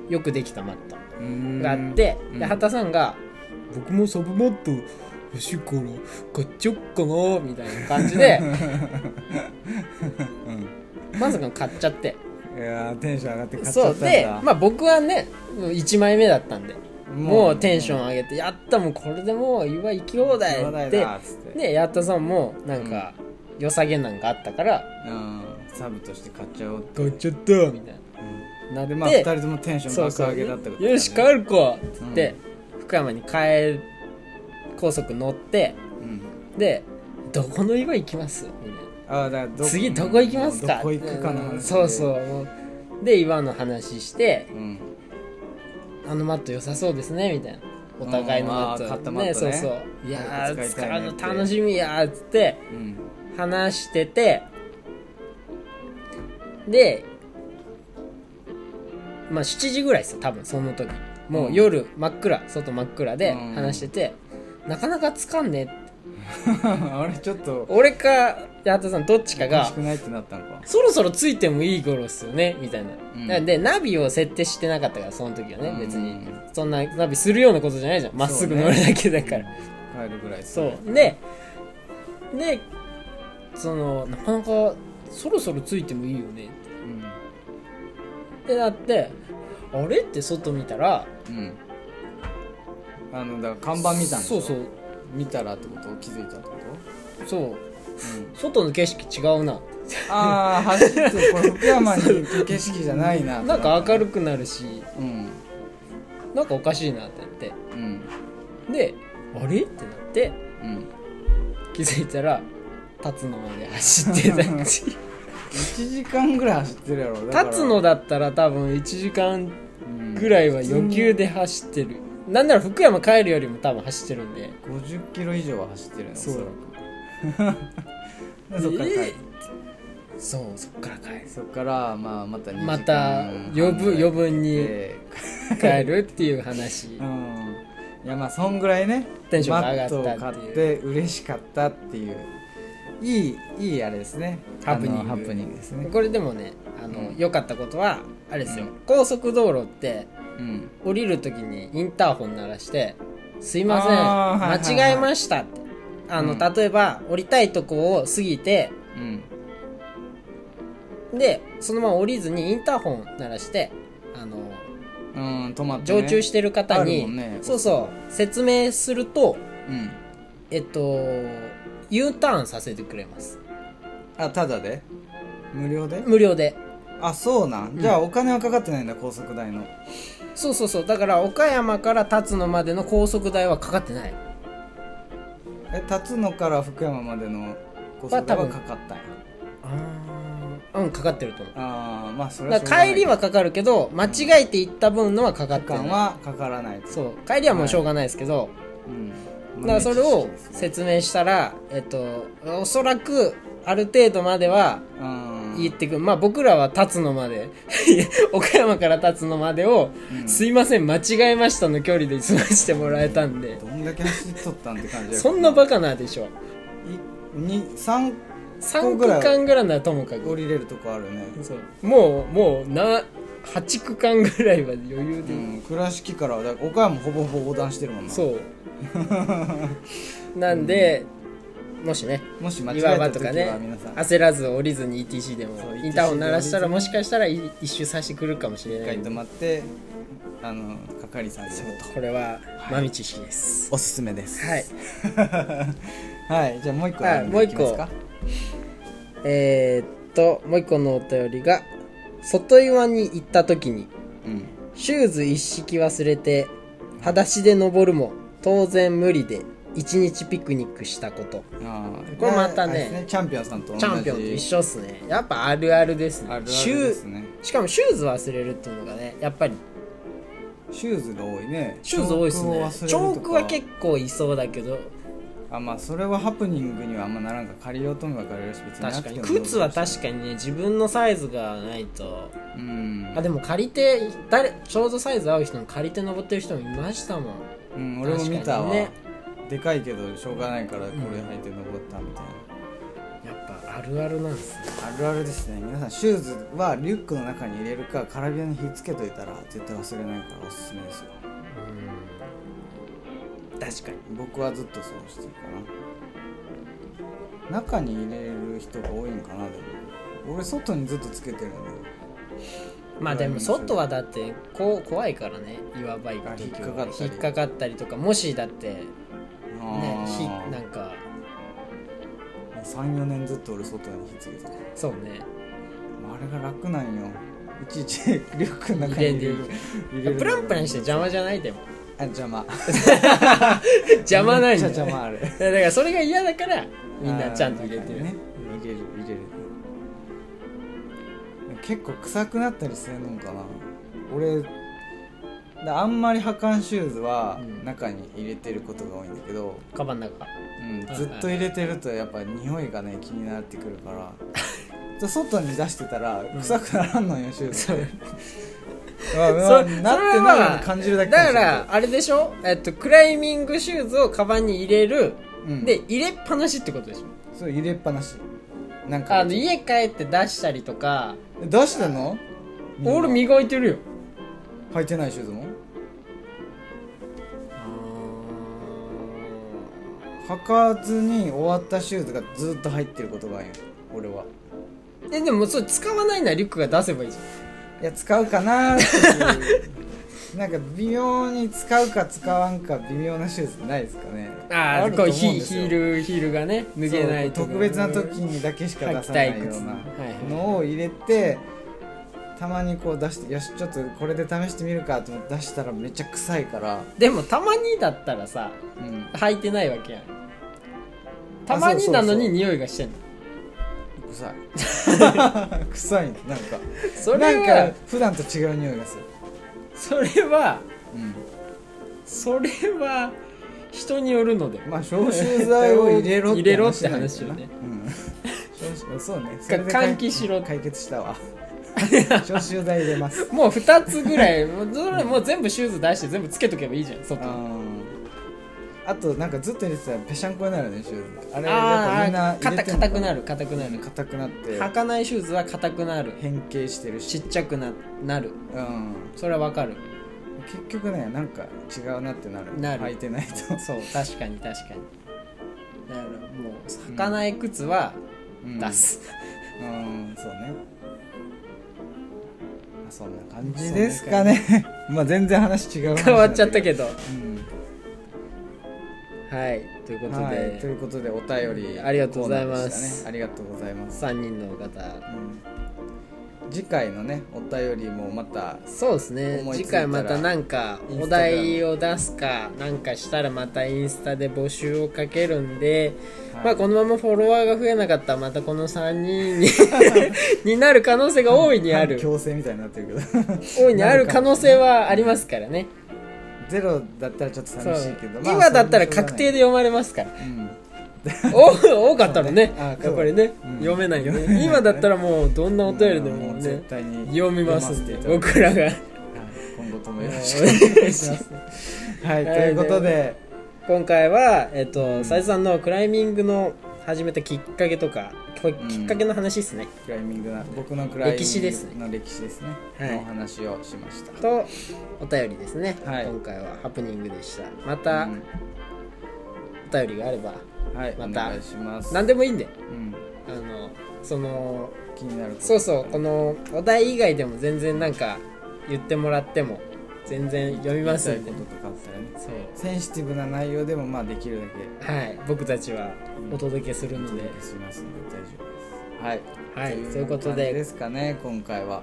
[SPEAKER 2] よくできたマット
[SPEAKER 1] うーん
[SPEAKER 2] があ <laughs> って、
[SPEAKER 1] うん
[SPEAKER 2] で畑さんが「僕もサブマット欲しいから買っちゃおっかな」みたいな感じで
[SPEAKER 1] <laughs>
[SPEAKER 2] まさかの買っちゃって
[SPEAKER 1] いやーテンション上がって買っちゃ
[SPEAKER 2] そ
[SPEAKER 1] っ
[SPEAKER 2] う
[SPEAKER 1] たんだ
[SPEAKER 2] で、まあ、僕はね1枚目だったんでもうテンション上げて「やったもうこれでもう岩行き放題」
[SPEAKER 1] 兄弟
[SPEAKER 2] って
[SPEAKER 1] だっつって
[SPEAKER 2] で八幡さんもなんか、良さげなんかあったから
[SPEAKER 1] うんサブとして買っちゃおうって
[SPEAKER 2] 「買っちゃった」みたいなな
[SPEAKER 1] で
[SPEAKER 2] で
[SPEAKER 1] まあ2人ともテンション
[SPEAKER 2] そう
[SPEAKER 1] 爆
[SPEAKER 2] そう
[SPEAKER 1] 上げだったことだね
[SPEAKER 2] よし帰るかっつって、福山に帰る高速乗って
[SPEAKER 1] うん
[SPEAKER 2] で「どこの岩行きます?」みたい
[SPEAKER 1] あーだからど
[SPEAKER 2] な「次どこ行きますか?」
[SPEAKER 1] どこ行くかの話
[SPEAKER 2] う
[SPEAKER 1] で
[SPEAKER 2] んそうそうもうで岩の話して
[SPEAKER 1] うん
[SPEAKER 2] 「あのマット良さそうですね」みたいなお互いのマット,、
[SPEAKER 1] うんあー買ったマットね
[SPEAKER 2] そうそう「いや
[SPEAKER 1] 使
[SPEAKER 2] ー
[SPEAKER 1] いた
[SPEAKER 2] 使
[SPEAKER 1] いうねっ
[SPEAKER 2] の
[SPEAKER 1] て
[SPEAKER 2] 楽しみや」っつって
[SPEAKER 1] うん <laughs>
[SPEAKER 2] 話しててでまあ7時ぐらいですよ多分その時もう夜真っ暗外真っ暗で
[SPEAKER 1] うん
[SPEAKER 2] 話してて、なかなかつかんねえって
[SPEAKER 1] あれちょっと
[SPEAKER 2] 俺か八幡さんどっちか
[SPEAKER 1] 欲
[SPEAKER 2] が
[SPEAKER 1] しくないってなったのか
[SPEAKER 2] そろそろついてもいい頃っすよねみたいな、
[SPEAKER 1] うん
[SPEAKER 2] なんでナビを設定してなかったからその時はね別
[SPEAKER 1] う
[SPEAKER 2] に
[SPEAKER 1] ん
[SPEAKER 2] そんなナビするようなことじゃないじゃんまっすぐ乗るだけだから
[SPEAKER 1] 帰るぐらいです
[SPEAKER 2] そ
[SPEAKER 1] ね
[SPEAKER 2] うででそのなかなかそろそろついてもいいよね
[SPEAKER 1] うん
[SPEAKER 2] ってなってあれって外見たら
[SPEAKER 1] うんあのだから看板見たんでし
[SPEAKER 2] そ
[SPEAKER 1] ょ
[SPEAKER 2] うそう
[SPEAKER 1] 見たらってこと気づいたってこと
[SPEAKER 2] そう
[SPEAKER 1] うん
[SPEAKER 2] 外の景色違うな
[SPEAKER 1] ああ走ってこれ福山に行く景色じゃないな
[SPEAKER 2] <laughs> なんか明るくなるし
[SPEAKER 1] うん
[SPEAKER 2] なんかおかしいなってなって
[SPEAKER 1] うん
[SPEAKER 2] であれってなって
[SPEAKER 1] うん
[SPEAKER 2] <laughs> 気づいたら立つのまで走ってたっていう
[SPEAKER 1] 1時間ぐらい走ってるやろだから
[SPEAKER 2] 立つのだったら多分1時間
[SPEAKER 1] うん
[SPEAKER 2] ぐらいは余裕で走ってる、なんなら福山帰るよりも多分走ってるんで
[SPEAKER 1] 50キロ以上は走ってるね
[SPEAKER 2] そう
[SPEAKER 1] おらく <laughs> そっから帰る
[SPEAKER 2] えそうそっから帰る
[SPEAKER 1] そっからまあまた2時間
[SPEAKER 2] また余分余分に
[SPEAKER 1] で
[SPEAKER 2] 帰るっていう話
[SPEAKER 1] うんいやまあそんぐらいね
[SPEAKER 2] テンションが上がったっていう
[SPEAKER 1] マットを買って嬉しかったっていういいいいあれですね
[SPEAKER 2] ハプニング
[SPEAKER 1] あのハプニングですね
[SPEAKER 2] これでもねあの
[SPEAKER 1] うん
[SPEAKER 2] 良かったことはあれですよ、
[SPEAKER 1] うん
[SPEAKER 2] 高速道路って
[SPEAKER 1] うん
[SPEAKER 2] 降りるときにインターホン鳴らして「すいません、
[SPEAKER 1] あーはいはいはい
[SPEAKER 2] 間違えました」ってあの、
[SPEAKER 1] うん
[SPEAKER 2] 例えば降りたいとこを過ぎて
[SPEAKER 1] うん
[SPEAKER 2] でそのまま降りずにインターホン鳴らしてあの
[SPEAKER 1] うん止まって、ね、
[SPEAKER 2] 常駐してる方
[SPEAKER 1] あるも
[SPEAKER 2] に、
[SPEAKER 1] んね
[SPEAKER 2] そうそう説明すると
[SPEAKER 1] うん
[SPEAKER 2] えっと U ターンさせてくれます
[SPEAKER 1] あただで無料で
[SPEAKER 2] 無料で
[SPEAKER 1] あそうなんじゃあお金はかかってないんだ高速代の
[SPEAKER 2] そうそうそうだから岡山から立野までの高速代はかかってない
[SPEAKER 1] え立野から福山までの高速代はかかったんや
[SPEAKER 2] うんかかってると思う
[SPEAKER 1] ああーまあそれはしょう
[SPEAKER 2] だか
[SPEAKER 1] が
[SPEAKER 2] ら
[SPEAKER 1] ない
[SPEAKER 2] 帰りはかかるけど間違えて行った分のはかかっ
[SPEAKER 1] 時
[SPEAKER 2] てない
[SPEAKER 1] 間はかからないです
[SPEAKER 2] そう帰りはもうしょうがないですけど、
[SPEAKER 1] うん
[SPEAKER 2] だからそれを
[SPEAKER 1] 豆知識ですね
[SPEAKER 2] 説明したら、えっと、おそらくある程度までは
[SPEAKER 1] うん
[SPEAKER 2] 言ってくる、まあ僕らは立つのまで <laughs> 岡山から立つのまでを、
[SPEAKER 1] うん
[SPEAKER 2] すいません間違えましたの距離で済ましてもらえたんで、
[SPEAKER 1] どんだけ走っとったんって感じやけど
[SPEAKER 2] そんなバカなでしょ
[SPEAKER 1] いに3
[SPEAKER 2] 3区間ぐらいならともか
[SPEAKER 1] 降
[SPEAKER 2] く
[SPEAKER 1] りれるとこあるね、
[SPEAKER 2] そうもうもうな8区間ぐらいは余裕
[SPEAKER 1] う
[SPEAKER 2] で、
[SPEAKER 1] ん、倉敷からはだから岡山ほぼほぼ横断してるもんな
[SPEAKER 2] そう
[SPEAKER 1] <laughs>
[SPEAKER 2] なんで、もしね
[SPEAKER 1] もし間違え
[SPEAKER 2] 岩場
[SPEAKER 1] た
[SPEAKER 2] と
[SPEAKER 1] 時
[SPEAKER 2] か
[SPEAKER 1] は
[SPEAKER 2] ね
[SPEAKER 1] 皆さん
[SPEAKER 2] 焦らず降りずに ETC でも
[SPEAKER 1] そう
[SPEAKER 2] インターホ
[SPEAKER 1] ETC
[SPEAKER 2] ン鳴らしたら
[SPEAKER 1] で降
[SPEAKER 2] も
[SPEAKER 1] りず
[SPEAKER 2] しかしたらい一周さしてくるかもしれ
[SPEAKER 1] 一
[SPEAKER 2] ない
[SPEAKER 1] 回止まってあの係さんに言うと
[SPEAKER 2] これは豆知識です
[SPEAKER 1] おすすめです
[SPEAKER 2] <laughs> はい
[SPEAKER 1] はいじゃあもう一個
[SPEAKER 2] はい
[SPEAKER 1] あるんでいきますか
[SPEAKER 2] えー、っともう一個のお便りが外岩に行った時に
[SPEAKER 1] うん
[SPEAKER 2] シューズ一式忘れて裸足で登るも当然無理で一日ピクニックしたこと
[SPEAKER 1] あー
[SPEAKER 2] これまたね
[SPEAKER 1] あですチャンピオンさんと同じ
[SPEAKER 2] チャンピオンと一緒っすねやっぱあるあるですね
[SPEAKER 1] あるあるで
[SPEAKER 2] シ
[SPEAKER 1] す
[SPEAKER 2] ュ
[SPEAKER 1] ね
[SPEAKER 2] ーしかもシューズ忘れるっていうのがねやっぱり
[SPEAKER 1] シューズが多いね
[SPEAKER 2] シューズ多いですねチ
[SPEAKER 1] チョ
[SPEAKER 2] ョ
[SPEAKER 1] ー
[SPEAKER 2] ー
[SPEAKER 1] ク
[SPEAKER 2] ク
[SPEAKER 1] を忘れ
[SPEAKER 2] は
[SPEAKER 1] るとか
[SPEAKER 2] 結構いそうだけど
[SPEAKER 1] あまあそれはハプニングにはあんまならんか借りようとも借りれるし別にな
[SPEAKER 2] 確
[SPEAKER 1] く
[SPEAKER 2] か
[SPEAKER 1] て
[SPEAKER 2] に
[SPEAKER 1] も
[SPEAKER 2] 靴は確かにね自分のサイズがないと
[SPEAKER 1] うん
[SPEAKER 2] あでも借りて誰ちょうどサイズ合う人の借りて登ってる人もいましたもん
[SPEAKER 1] うん、俺も見たわ、
[SPEAKER 2] 確か
[SPEAKER 1] でかいけどしょうがないからこれ履いて登ったみたいな、
[SPEAKER 2] やっぱあるあるなんですね
[SPEAKER 1] あるあるですね皆さんシューズはリュックの中に入れるかカラビナにひっつけといたら絶対忘れないからおすすめですよ
[SPEAKER 2] うん確かに
[SPEAKER 1] 僕はずっとそうしてるかな中に入れる人が多いんかなでも俺外にずっとつけてるのに
[SPEAKER 2] まあでも外はだってこう怖いからね岩場行く
[SPEAKER 1] あ
[SPEAKER 2] 時
[SPEAKER 1] 引っかか
[SPEAKER 2] は
[SPEAKER 1] った
[SPEAKER 2] 引
[SPEAKER 1] り
[SPEAKER 2] っかかったりとかもしだってねひ
[SPEAKER 1] あ
[SPEAKER 2] なんか
[SPEAKER 1] あ34年ずっと俺外にひっつけてる
[SPEAKER 2] そうね
[SPEAKER 1] あれが楽なんよいちいちリュックの中に入れる入れる
[SPEAKER 2] プランプランして邪魔じゃないでも
[SPEAKER 1] あ邪魔
[SPEAKER 2] 邪魔ないんだ
[SPEAKER 1] めっちゃ邪魔あれ
[SPEAKER 2] いやだからそれが嫌だから <laughs> みんなちゃんと入れてる
[SPEAKER 1] あー中に
[SPEAKER 2] ね
[SPEAKER 1] ね入れる入れる結構臭くなったりするのかな俺だあんまり破壊シューズは
[SPEAKER 2] うん
[SPEAKER 1] 中に入れてることが多いんだけど、
[SPEAKER 2] カバンの中
[SPEAKER 1] うん、ずっと入れてるとやっぱ匂いがね気になってくるから
[SPEAKER 2] <laughs>
[SPEAKER 1] で外に出してたら臭くならんのよシ
[SPEAKER 2] <laughs>
[SPEAKER 1] ューズってまあまあ
[SPEAKER 2] そ
[SPEAKER 1] なってないように感じるだけ
[SPEAKER 2] だ
[SPEAKER 1] も
[SPEAKER 2] か
[SPEAKER 1] しれない
[SPEAKER 2] らあれでしょ、えっと、クライミングシューズをカバンに入れる、
[SPEAKER 1] うん
[SPEAKER 2] で入れっぱなしってことでしょ
[SPEAKER 1] そう入れっぱなしなんか
[SPEAKER 2] あの家帰って出したりとか
[SPEAKER 1] 出してんの
[SPEAKER 2] 俺
[SPEAKER 1] みん
[SPEAKER 2] 磨いてるよ
[SPEAKER 1] な履いてないシューズも履かずに終わったシューズがずっと入ってることがあるよ俺は
[SPEAKER 2] えでもそれ使わないならリュックが出せばいいじゃ
[SPEAKER 1] いや使うかなーっていう
[SPEAKER 2] <laughs>
[SPEAKER 1] なんか微妙に使うか使わんか微妙なシューズないですかね
[SPEAKER 2] んああ
[SPEAKER 1] る
[SPEAKER 2] ことう
[SPEAKER 1] 思うん
[SPEAKER 2] ヒ
[SPEAKER 1] です
[SPEAKER 2] ヒ
[SPEAKER 1] よ
[SPEAKER 2] ールヒールがね脱げない
[SPEAKER 1] そう
[SPEAKER 2] と
[SPEAKER 1] 特別な時にだけしか出さないような
[SPEAKER 2] 履きたい靴はい
[SPEAKER 1] のを入れてたまにこう出してよしちょっとこれで試してみるかと思って出したらめっちゃ臭いから、
[SPEAKER 2] でもたまにだったらさ
[SPEAKER 1] うん、
[SPEAKER 2] 履いてないわけやんたまにな
[SPEAKER 1] そ
[SPEAKER 2] のに
[SPEAKER 1] うそうそう
[SPEAKER 2] 匂いがしてんの
[SPEAKER 1] 臭
[SPEAKER 2] <laughs>
[SPEAKER 1] い臭いのなんか
[SPEAKER 2] それは
[SPEAKER 1] なんか普段と違う匂いがする
[SPEAKER 2] それは
[SPEAKER 1] うん
[SPEAKER 2] それは人によるので
[SPEAKER 1] まあ消臭剤を入れろ
[SPEAKER 2] 入れろって話よ
[SPEAKER 1] なんだ
[SPEAKER 2] ね
[SPEAKER 1] なうん消臭そうねそれで
[SPEAKER 2] 換気しろ
[SPEAKER 1] 解決した
[SPEAKER 2] <laughs>
[SPEAKER 1] わ消臭剤入れます
[SPEAKER 2] もう2つぐ <laughs> らいもうそれもう全部シューズ出して全部つけとけばいいじゃん外に
[SPEAKER 1] ああとなんかずっと入れてたらぺしゃんこになるねシューズあれやっぱみん
[SPEAKER 2] あ
[SPEAKER 1] な
[SPEAKER 2] あ硬
[SPEAKER 1] 入れてんのか
[SPEAKER 2] 硬くなる硬くなる
[SPEAKER 1] 硬くなって
[SPEAKER 2] 履かないシューズは硬くなる
[SPEAKER 1] 変形してるし
[SPEAKER 2] ちっちゃくななる
[SPEAKER 1] うん
[SPEAKER 2] それはわかる
[SPEAKER 1] 結局ねなんか違うなってなる
[SPEAKER 2] なる
[SPEAKER 1] 履いてないと
[SPEAKER 2] そう確かに確かにだからもう履かない靴は
[SPEAKER 1] うん
[SPEAKER 2] 出す、
[SPEAKER 1] うんそうねまあそんな感じですかねまあ全然話違う話
[SPEAKER 2] <laughs> 変わっちゃったけ
[SPEAKER 1] ど、
[SPEAKER 2] ど
[SPEAKER 1] うん
[SPEAKER 2] はいということで、
[SPEAKER 1] はい、ということでお便り、
[SPEAKER 2] ありがとうございま
[SPEAKER 1] コーナー
[SPEAKER 2] す
[SPEAKER 1] でしたねありがとうございます、
[SPEAKER 2] 3人の方
[SPEAKER 1] うん次回のねお便りもまた
[SPEAKER 2] そうですね
[SPEAKER 1] 思いつい
[SPEAKER 2] 次
[SPEAKER 1] たら
[SPEAKER 2] 回またなんか
[SPEAKER 1] インスタグラム
[SPEAKER 2] お題を出すかなんかしたらまたインスタで募集をかけるんで、
[SPEAKER 1] はい
[SPEAKER 2] まあこのままフォロワーが増えなかったらまたこの3人に <laughs> になる可能性が大いにある
[SPEAKER 1] 強制みたいになってるけど <laughs>
[SPEAKER 2] 大いにある可能性はありますからね
[SPEAKER 1] ゼロだったらちょっと
[SPEAKER 2] そう
[SPEAKER 1] 寂しいけど、まあ
[SPEAKER 2] 今だったら確定で、読まれます <laughs> から
[SPEAKER 1] それもしょうがない
[SPEAKER 2] お多かったらね
[SPEAKER 1] あ
[SPEAKER 2] やっ
[SPEAKER 1] そう
[SPEAKER 2] ぱりね、
[SPEAKER 1] うん
[SPEAKER 2] 読めないよ
[SPEAKER 1] 読めない
[SPEAKER 2] ね今だったらもうどんなお便りで
[SPEAKER 1] うん
[SPEAKER 2] も
[SPEAKER 1] もう
[SPEAKER 2] ね
[SPEAKER 1] 絶対に
[SPEAKER 2] 読みますん
[SPEAKER 1] 読ませて
[SPEAKER 2] で
[SPEAKER 1] いただきます
[SPEAKER 2] 僕らが
[SPEAKER 1] はい今後ともよろしくお願いしますはい、ということで、
[SPEAKER 2] 今回はえっと
[SPEAKER 1] ん
[SPEAKER 2] 斉藤さんのクライミングの始めたきっかけとかこれきっかけの話ですね、
[SPEAKER 1] クライミングな僕のクライミング
[SPEAKER 2] 歴史ですね
[SPEAKER 1] の歴史ですね、
[SPEAKER 2] はい
[SPEAKER 1] のお話をしました。
[SPEAKER 2] とお便りですね、
[SPEAKER 1] はい
[SPEAKER 2] 今回はハプニングでしたまた
[SPEAKER 1] うん
[SPEAKER 2] お便りがあれば
[SPEAKER 1] はい、
[SPEAKER 2] また
[SPEAKER 1] お願いします。
[SPEAKER 2] 何でもいいんで
[SPEAKER 1] うん、
[SPEAKER 2] あのその
[SPEAKER 1] 気になること
[SPEAKER 2] そうそうこのお題以外でも全然なんか言ってもらっても全然読みますんで
[SPEAKER 1] 言いたいこととかあったらね。
[SPEAKER 2] そう
[SPEAKER 1] センシティブな内容でもまあできるだけ
[SPEAKER 2] はい、僕たちはお届けする
[SPEAKER 1] お
[SPEAKER 2] ので、
[SPEAKER 1] 届けしますので大丈夫です。はい、
[SPEAKER 2] はい、ということ
[SPEAKER 1] 感じで
[SPEAKER 2] です
[SPEAKER 1] かね今回は、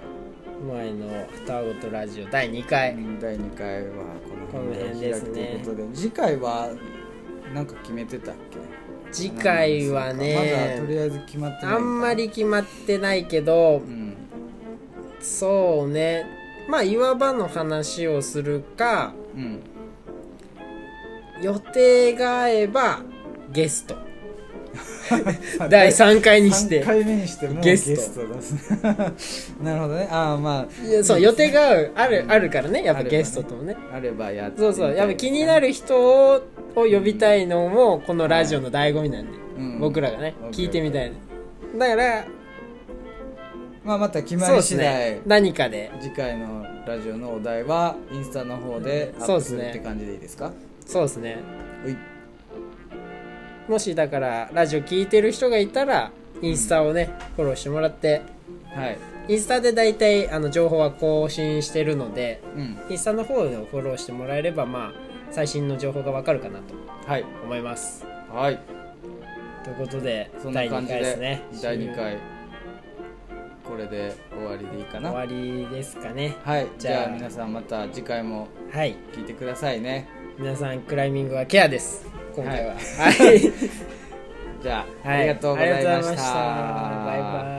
[SPEAKER 2] 前の「ふたごとラジオ」第2回、
[SPEAKER 1] うん第2回はこの
[SPEAKER 2] この
[SPEAKER 1] 辺
[SPEAKER 2] 辺
[SPEAKER 1] で
[SPEAKER 2] で
[SPEAKER 1] 開
[SPEAKER 2] す
[SPEAKER 1] く
[SPEAKER 2] ね
[SPEAKER 1] ということで次回はなんか決めてたっけ
[SPEAKER 2] 次回
[SPEAKER 1] ま
[SPEAKER 2] は
[SPEAKER 1] だとり
[SPEAKER 2] ね
[SPEAKER 1] あえず決まってない
[SPEAKER 2] あんま
[SPEAKER 1] り
[SPEAKER 2] り決まってないけど
[SPEAKER 1] うん
[SPEAKER 2] そうねまあ岩場の話をするか
[SPEAKER 1] うん
[SPEAKER 2] 予定が合えばゲスト <laughs> 第3回にして
[SPEAKER 1] 3回目にしてもうゲ
[SPEAKER 2] ゲスト
[SPEAKER 1] スト出すなるほどね <laughs> ああま
[SPEAKER 2] いやそう予定が合うあるあるからねや
[SPEAKER 1] あ
[SPEAKER 2] っぱ
[SPEAKER 1] ればね
[SPEAKER 2] ゲストともね
[SPEAKER 1] ああればやって
[SPEAKER 2] そうそうやっぱ気にな
[SPEAKER 1] る、
[SPEAKER 2] る人をを呼びたいのもこのラジオの醍醐味なんで、
[SPEAKER 1] うん
[SPEAKER 2] 僕らがね
[SPEAKER 1] うん
[SPEAKER 2] 聞いてみたいだから
[SPEAKER 1] まあまた決ま
[SPEAKER 2] そう
[SPEAKER 1] り
[SPEAKER 2] です
[SPEAKER 1] 次第、
[SPEAKER 2] ね何かで
[SPEAKER 1] 次回のラジオのお題はインスタの方でアッ
[SPEAKER 2] そう
[SPEAKER 1] プ
[SPEAKER 2] です
[SPEAKER 1] す
[SPEAKER 2] ね
[SPEAKER 1] るって感じでいいですか
[SPEAKER 2] そうですね
[SPEAKER 1] うい
[SPEAKER 2] もしだからラジオ聞いてる人がいたらインスタをね、フォローしてもらって
[SPEAKER 1] はい
[SPEAKER 2] インスタで大体あの情報は更新してるので
[SPEAKER 1] うん
[SPEAKER 2] インスタの方でフォローしてもらえればまあ最新の情報がわかるかなと
[SPEAKER 1] はい
[SPEAKER 2] 思います
[SPEAKER 1] はい
[SPEAKER 2] ということで
[SPEAKER 1] そんな
[SPEAKER 2] 第
[SPEAKER 1] 感
[SPEAKER 2] 2
[SPEAKER 1] じ
[SPEAKER 2] 回
[SPEAKER 1] で
[SPEAKER 2] ですね
[SPEAKER 1] 第2回これで終わりでいいかな
[SPEAKER 2] 終わりですかね
[SPEAKER 1] はいじ
[SPEAKER 2] じゃあ
[SPEAKER 1] ゃあ皆さんまた次回も
[SPEAKER 2] はい
[SPEAKER 1] 聞いてくださいね
[SPEAKER 2] 皆さんクライミングはケアです今回ははい、
[SPEAKER 1] じゃあ、
[SPEAKER 2] は
[SPEAKER 1] <laughs>
[SPEAKER 2] い
[SPEAKER 1] ありがとうございました
[SPEAKER 2] ありがとうございましたバイバイ